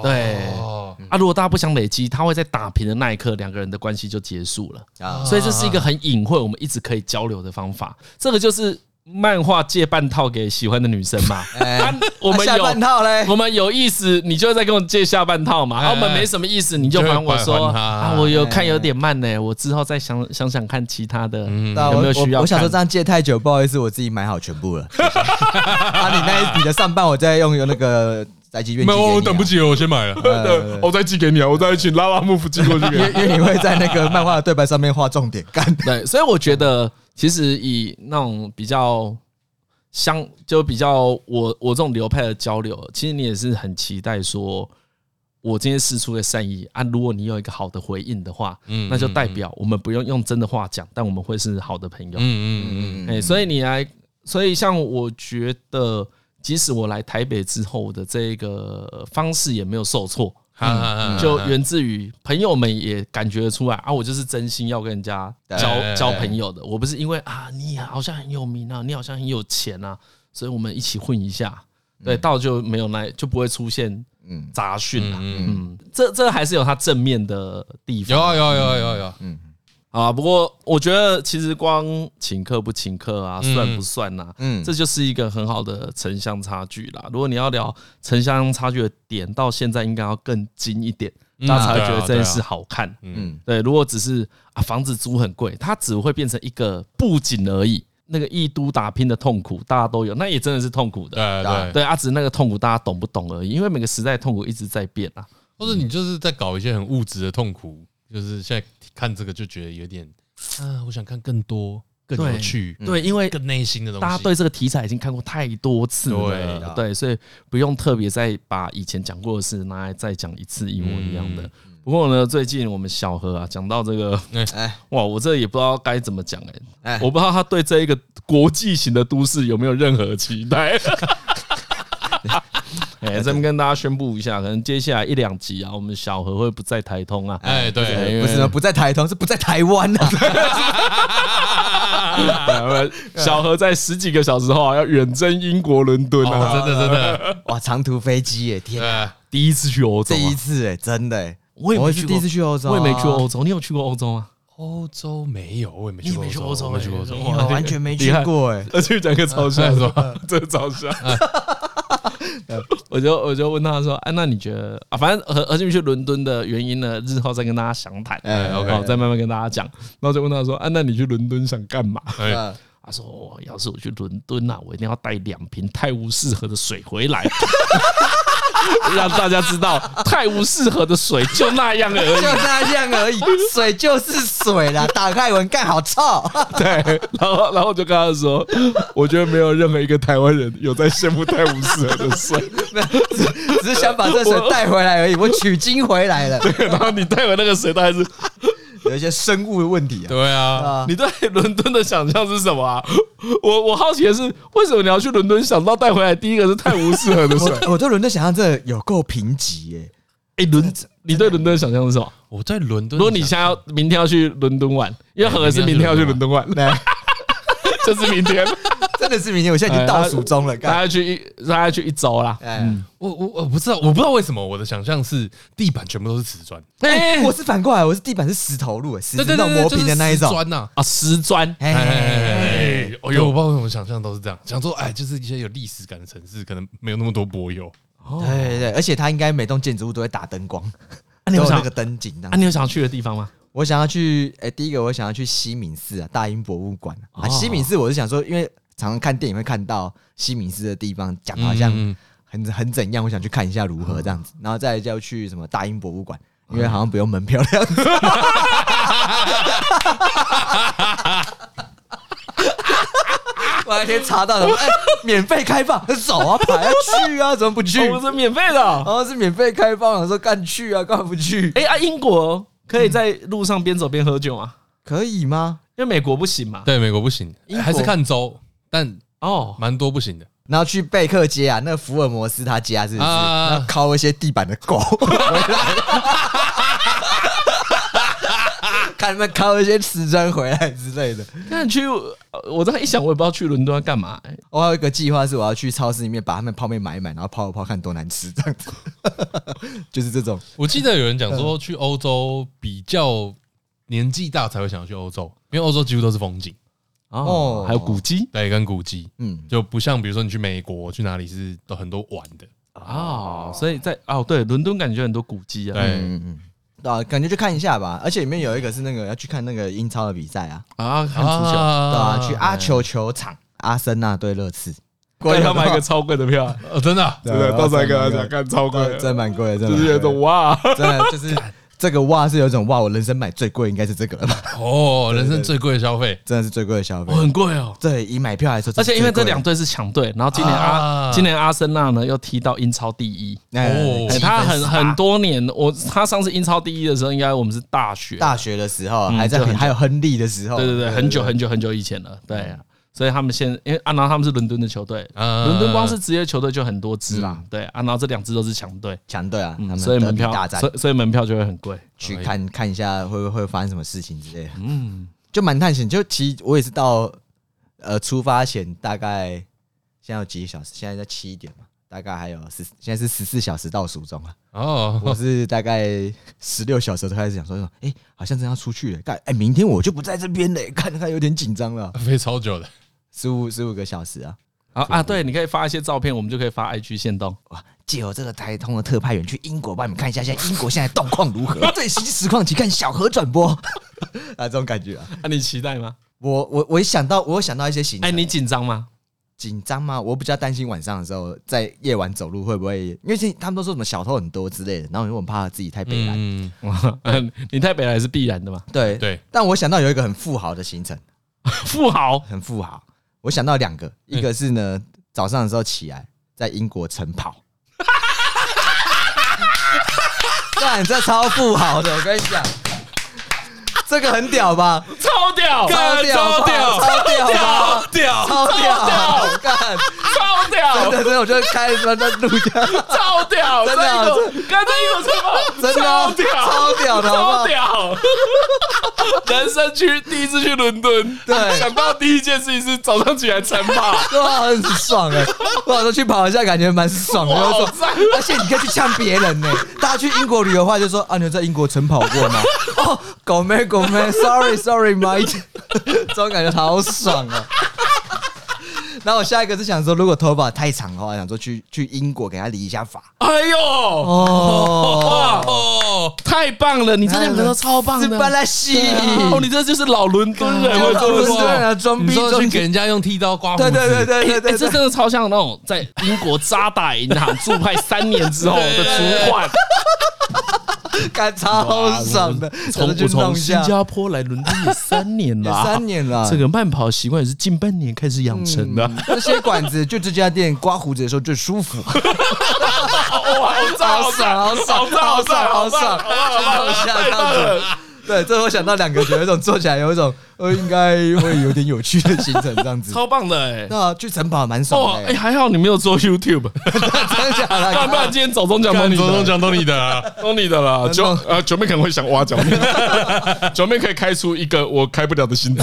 对
哦
啊，如果大家不想累积，他会在打平的那一刻，两个人的关系就结束了。
啊，
所以这是一个很隐晦，我们一直可以交流的方法。这个就是漫画借半套给喜欢的女生 嘛。
嗯
啊，我们
啊下半
有
套嘞
我，们有意思，你就再跟我借下半套嘛。
哎
啊，我们没什么意思，你就还我
就会
说
还他哎
啊，我有看有点慢呢、我之后再想想想看其他的。
嗯
对啊
有没有
我
需要
我我想说
看
这样借太久，不好意思，我自己买好全 部了。啊，你那一笔的上半，我再用有那个宅急便
没
寄给
有，
你啊
我等不。及了，我先买了。
呃
我再寄给你啊，我再请拉拉木夫寄过去给
因为因为你会在那个漫画的对白上面画重点，干
对，所以我觉得其实以那种比较相就比较我我这种流派的交流，其实你也是很期待说，我今天试出的善意啊，如果你有一个好的回应的话，
嗯
那就代表我们不用用真的话讲，但我们会是好的朋
嗯
友。
嗯嗯，
哎、所以你来，所以像我觉得，即使我来台北之后我的这个方式也没有受挫，
哈
嗯就源自于朋友们也感觉得出来啊，我就是真心要跟人家交
对
交朋友的，我不是因为啊你好像很有名啊，你好像很有钱啊，所以我们一起混一下，
嗯
对，到就没有那就不会出现
嗯
杂讯啊，
嗯
嗯，这这还是有它正面的地
有
方
啊有啊有啊有啊有啊，
啊。不过我觉得其实光请客不请客啊，
嗯
算不算啊，
嗯
这就是一个很好的城乡差距啦。如果你要聊城乡差距的点，到现在应该要更精一点，
嗯
大家才会觉
对
得
啊
这件
对啊
事好看。
嗯
对，如果只是啊房子租很贵，它只会变成一个布景而已。那个异都打拼的痛苦，大家都有，那也真的是痛苦的。
对对。
对，啊，只是那个痛苦大家懂不懂而已，因为每个时代的痛苦一直在变啊。
或者你就是在搞一些很物质的痛苦，就是现在看这个就觉得有点，啊，我想看更多、更有趣、
对，因为
更内心的东西。
大家对这个题材已经看过太多次
对
了
啊，
对，所以不用特别再把以前讲过的事拿来再讲一次一模一样的。不过呢，最近我们小何啊，讲到这个，
哎
哇，我这也不知道该怎么讲哎、
哎
我不知道他对这一个国际型的都市有没有任何期待。哎，这边跟大家宣布一下，可能接下来一两集啊，我们小何会不在台通啊，
哎，对，
因为
不是不在台东，是不在台湾啊。
小何在十几个小时后啊，要远征英国伦敦
哦，
啊，
真的真的，
哇，长途飞机耶，天啊，
对，
第一次去欧洲
这
啊，
一次哎，真的哎，
我也没
我
去
是
过
第一次去欧洲啊，
我也没去过欧洲，你有去过欧洲吗？
欧洲没有，我也没
你也没
去
去
过
欧洲
我没去过欧洲
哎。
没有，完全没
厉
去
害
过哎。
而且讲个嘲笑的，这个嘲笑， 我就我就问他说：“哎、那你觉得啊？反正何何进去伦敦的原因呢，日后再跟大家详谈，
哎
好、
，OK
再慢慢跟大家讲。”然后就问他说：“啊，那你去伦敦想干嘛
哎
啊？”
他说：“哦，要是我去伦敦啊，我一定要带两瓶泰晤士河的水回来， 让大家知道泰晤士河的水就那样而
就
已。”
那样而已，水就是水啦。打开闻，干好臭。
对，然后然后我就跟他说，我觉得没有任何一个台湾人有在羡慕泰晤士河的水。
没有只只是想把这水带回来而已，我取经回来了。
然后你带回那个水，大概是
有一些生物的问题啊，
对啊，
啊，
你对伦敦的想象是什么啊？我我好奇的是，为什么你要去伦敦想到带回来第一个是泰晤士河的水？
我我对伦敦想象真的有够贫瘠耶。
哎，伦， 你对伦敦的想象是什么？
我在伦敦。
如果你现在要明天要去伦敦玩，因为何是明天要去伦敦 玩，
对，
就是明 天，哎
真的是明天，我现在已经倒数中了。
大
干，
家去一大家去一周啦。
哎，
我我我不知道，我不知道为什么我的想象是地板全部都是瓷砖，
哎
我是反过来，我是地板是石头路，石
对
头
对
到
对，
磨
就是
平的那一
瓷
种。
砖呐。
啊，石砖
哎
哎
哎
哎哎哎哎
哎，哎呦，我不知道为什么想象都是这样，想说哎，就是一些有历史感的城市，可能没有那么多柏油。
哦
对对对，而且它应该每栋建筑物都会打灯光，
你有
都有那
想
个灯景这样
啊，你有想去的地方吗？
我想要去，诶、第一个我想要去西敏寺啊，大英博物馆
哦
啊。啊西敏寺我是想说，因为常常看电影会看到西敏寺的地方，讲得好像
嗯
很很怎样，我想去看一下如何这样子。然后再来就要去什么大英博物馆，因为好像不用门票的样 子。我还可以查到什么？哎、免费开放，走啊，排啊，去啊，怎么不去？
我们是免费的哦。
然后是免费开放，我说干去啊，干嘛不去？
哎啊，英国可以在路上边走边喝酒吗？
可以吗？
因为美国不行嘛。
对，美国不行，
英国
还是看州，但
哦，
蛮多不行的。
然后去贝克街啊，那个福尔摩斯他家是不是？
啊
然后敲一些地板的狗回来， 看他们敲一些瓷砖回来之类的。
那你去，呃我这样一想，我也不知道去伦敦要干嘛、欸
我还有一个计划是，我要去超市里面把他们泡面买一买，然后泡一泡看多难吃这样子， 就是这种。
我记得有人讲
嗯
说，去欧洲比较年纪大才会想要去欧洲，因为欧洲几乎都是风景，
哦
还有古迹
对，跟古迹，
嗯，
就不像比如说你去美国去哪里是都很多玩的，
哦，所以在哦，对，伦敦感觉很多古迹啊，
对，
嗯嗯嗯，啊，感觉去看一下吧。而且里面有一个是那个要去看那个英超的比赛啊，
啊，看足球，
对啊，去
啊，
阿球球场，阿森纳对热刺， 啊
对，要买 一个超贵的票，
呃真的啊，
对，到时候还跟他讲，看超贵
对，
的，
真蛮贵的，真
就
的
是有一种哇，
真的就是这个哇是有一种哇，我人生买最贵应该是这个了 吧？
哦，人生最贵的消费，
真的是最贵的消费
我。很贵哦。
对，以买票来说，
而且因为这两
是
队是强队，然后今年阿
啊
今年阿森纳呢又踢到英超第一，
最贵的
哦
哎
哎
他很
积分
很多年，我他上次英超第一的时候，应该我们是大学，
大学的时候
嗯
还在
就很久
还有亨利的时候，
对对对，很久很久很久以前了，对
嗯
啊。所以他们现因为啊，然后他们是伦敦的球队，
啊
嗯
伦敦光是职业球队就很多支啦
嗯，
对啊，然后这两支都是强队，
强队啊，他们
嗯所以门
德比大
票，
战
所以所哎以门票就会很贵。
去看看一下会会发生什么事情之类的，嗯，就蛮探险。就其实我也是到呃出发前大概现在有几个小时，现在在七点嘛，大概还有十，现在是十四小时倒数中啊。我
哦，
是大概十六小时才开始想说，哎、好像真要出去了，干，哎、明天我就不在这边了，看看有点紧张了，
飞超久的，
十五十五个小时啊，
啊啊，对，你可以发一些照片，我们就可以发 IG 线动。
哇，借由这个台通的特派员去英国帮你们看一下，现在英国现在动况如何，最新实况请看小何转播啊，这种感 觉啊，
啊，你期待吗？
我我我一想到我有想到一些行程，
哎，你紧张吗？
紧张吗？我比较担心晚上的时候在夜晚走路会不会，因为其实他们都说什么小偷很多之类的，然后我就很怕自己太北蓝，
嗯，
你太北来是必然的嘛？
对
对，
但我想到有一个很富豪的行程。
富豪
很富豪。我想到两个，一个是呢，早上的时候起来在英国晨跑，干这超富豪的，我跟你讲，这个很屌吧？
超屌，
超屌吧，超屌 吧，
屌，
超屌！干，
超
真
屌，
的，真的，我就开始在录掉，
超屌，
真
这
的
一
啊
种跟这一种什么？
真的
超
哦
屌，
超屌的，好不
超
好？
屌！人生去第一次去伦敦，
对
想到第一件事情是早上起来晨 跑，
哇，很爽哎、我想说去跑一下，感觉蛮爽的。
哇
我就
好
说
赞
而且你可以去呛别人呢、大家去英国旅游的话，就说啊，你有在英国晨跑过吗？哦，狗妹狗妹，sorry sorry mate，这种感觉好爽啊！然后哦我下一个是想说，如果头发太长的话，想说去去英国给他理一下发。
哎呦，
哦，
哦，
太棒了！你这两个都超棒
是
的，
巴拉西，
哦，你这就是老伦敦人，
干
我跟
这老
你
伦敦
说。
人啊装逼
你说
装
去
逼
给人家用剃刀刮胡
对
子，
对对对对
哎，
对，
这真的超像那种在英国渣打银行驻派三年之 后的主管，
干超爽的，
从
就
我从
弄一
新
下。
加坡来伦敦也三年
也
了，啊
三年啊了，
这个慢跑习惯也是近半年开始养成的。
这些管子就这家店刮胡子的时候最舒服，
哇，好赞
好爽，好爽，
赞
好爽，好爽，好吓到我。对，这我想到两个，有一种做起来有一种呃，应该会有点有趣的行程这样子。
超棒的哎！
那去城堡蛮
哦
爽，的
哎，，还好你没有做 YouTube，
真的假的？
要不然今天走中奖都
干，
你
总统
的，
奖都你的啊，
都你的了。九
真
呃，九妹可能会想挖角你， 九妹可以开出一个我开不了的 薪资，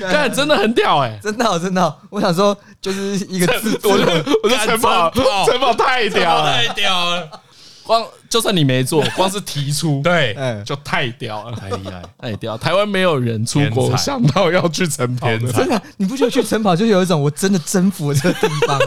但真的很屌哎！
真的哦真的哦，我想说就是一个自
我觉
自
得我觉得城堡
干真棒
城堡太屌了，
太屌了，
光就算你没做，光是提出
对，
哎
就太屌了。
太厉害，
太屌！台湾没有人出
天
国
才
想到要去城堡
天
的，
才
真的， 你不觉得去城堡就有一种我真的征服了这个地 方了？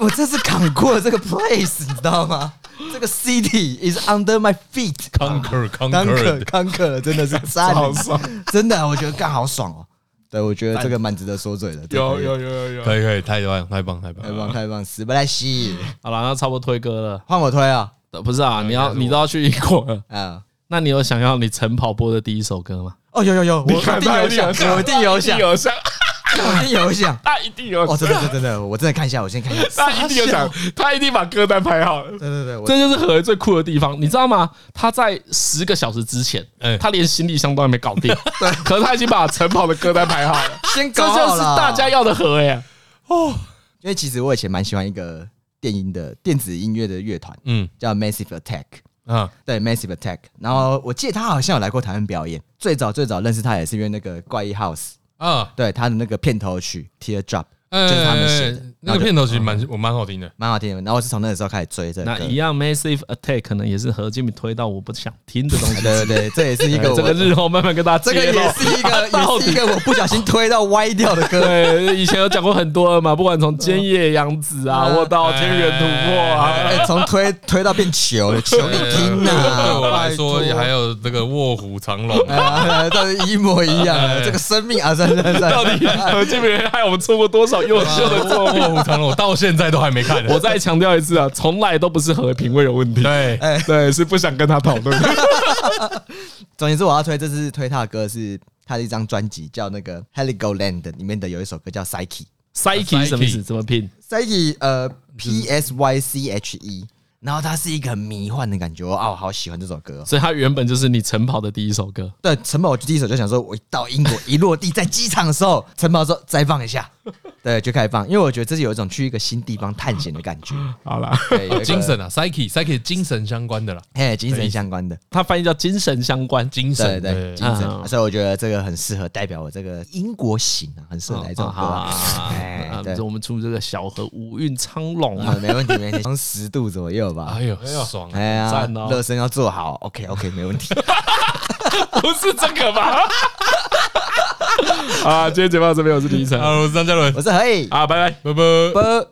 我这次扛过了这个 place，你知道吗？这个 city is under my feet，
conquer
康可
conquer，
康可了，真 的是赞，
好爽！
真的，我觉得干好爽哦。对，我觉得这个蛮值得说嘴的。这个
有有有有有。
可以可以，太棒太棒太
太
棒，
棒太棒，死不赖西，
好了，那差不多推歌了。
换我推啊！
呃不是啊，你要
应该是我
你都要去英国了，
啊，
那你有想要你晨跑播的第一首歌吗？
哦，有有有，我
你看
一定
他
有
一定有
想，我一定有想，
有想，
我一定有想。
他一定有
哦，
想，
真的真的真的，我真的看一下，我先看一 下。
他一定有想，他一定把歌单排好了。
对对对，我
这就是何最酷的地方，你知道吗？他在十个小时之前
哎，
他连行李箱都还没搞定， 对，可是他已经把晨跑的歌单排好了，
先
这
搞好
就是
了
大家要的何哎。
因为其实我以前蛮喜欢一个电音的电子音乐的乐团，
嗯
叫 Massive Attack。
啊，
对 Massive Attack，然后我记得他好像有来过台湾表演。最早最早认识他也是因为那个怪异 House，
啊，
对他的那个片头曲 Teardrop，
哎
就是他们写的
那个片头其实蛮我蛮好听的，
蛮好听的。然后我是从那个时候开始追这个
那
歌。
一样，Massive Attack 可能也是何建明推到我不想听的东西。
对对对，这也是 一
哎
个
这个
我
日后慢慢跟大家
这个
揭露
也是一个
到
也
底
是一个我不小心推到歪掉的歌。
对，以前有讲过很多了嘛，不管从尖叶洋子啊，
嗯
或到天元突破啊，
哎，从推推到变球了，求你听呐！
对我来说
拜托
还有这个卧虎藏龙，
啊，但是一模一样啊，这个生命啊，算算
哎到
算，
底何建明害我们错过多少优秀的作品？
卧虎藏龙，我到现在都还没看。
我再强调一次啊，从来都不是何品味有问题，
对，
哎
对，是不想跟他讨论。
总之，我要推这次推他的歌是他的一张专辑，叫那个《Heligoland》里面的有一首歌叫《Psyche》。
Psyche 什么意思？怎么拼？
Psyche 呃 P S Y C H E，然后它是一个很迷幻的感觉，我哦，好喜欢这首歌哦。
所以它原本就是你晨跑的第一首歌。
对，城堡我第一首就想说，我一到英国一落地，在机场的时候， 城堡说再放一下， 对，就开始放，因为我觉得这是有一种去一个新地方探险的感觉，
好啦，
对，有一个
精，神啊，psyche psyche 精神相关的啦，
哎，精神相关的，
它翻译叫精神相关。
精
对
神
对，精
嗯
神，所以我觉得这个很适合代表我这个英国型啊，很适合来这首歌啊，哎
啊，
对
就，我们出这个小河五韵苍 龙啊
啊，，没问题，没问题，从十度左右吧
哎，呦爽啊！
哎呀
赞哦，
热身要做好，OK OK，没问题。
不是这个吧？ 啊，今天节目到这边，我是李晨，
哎
好，我是张嘉伦，
我是何以，
啊，拜拜。
拜拜。
啵。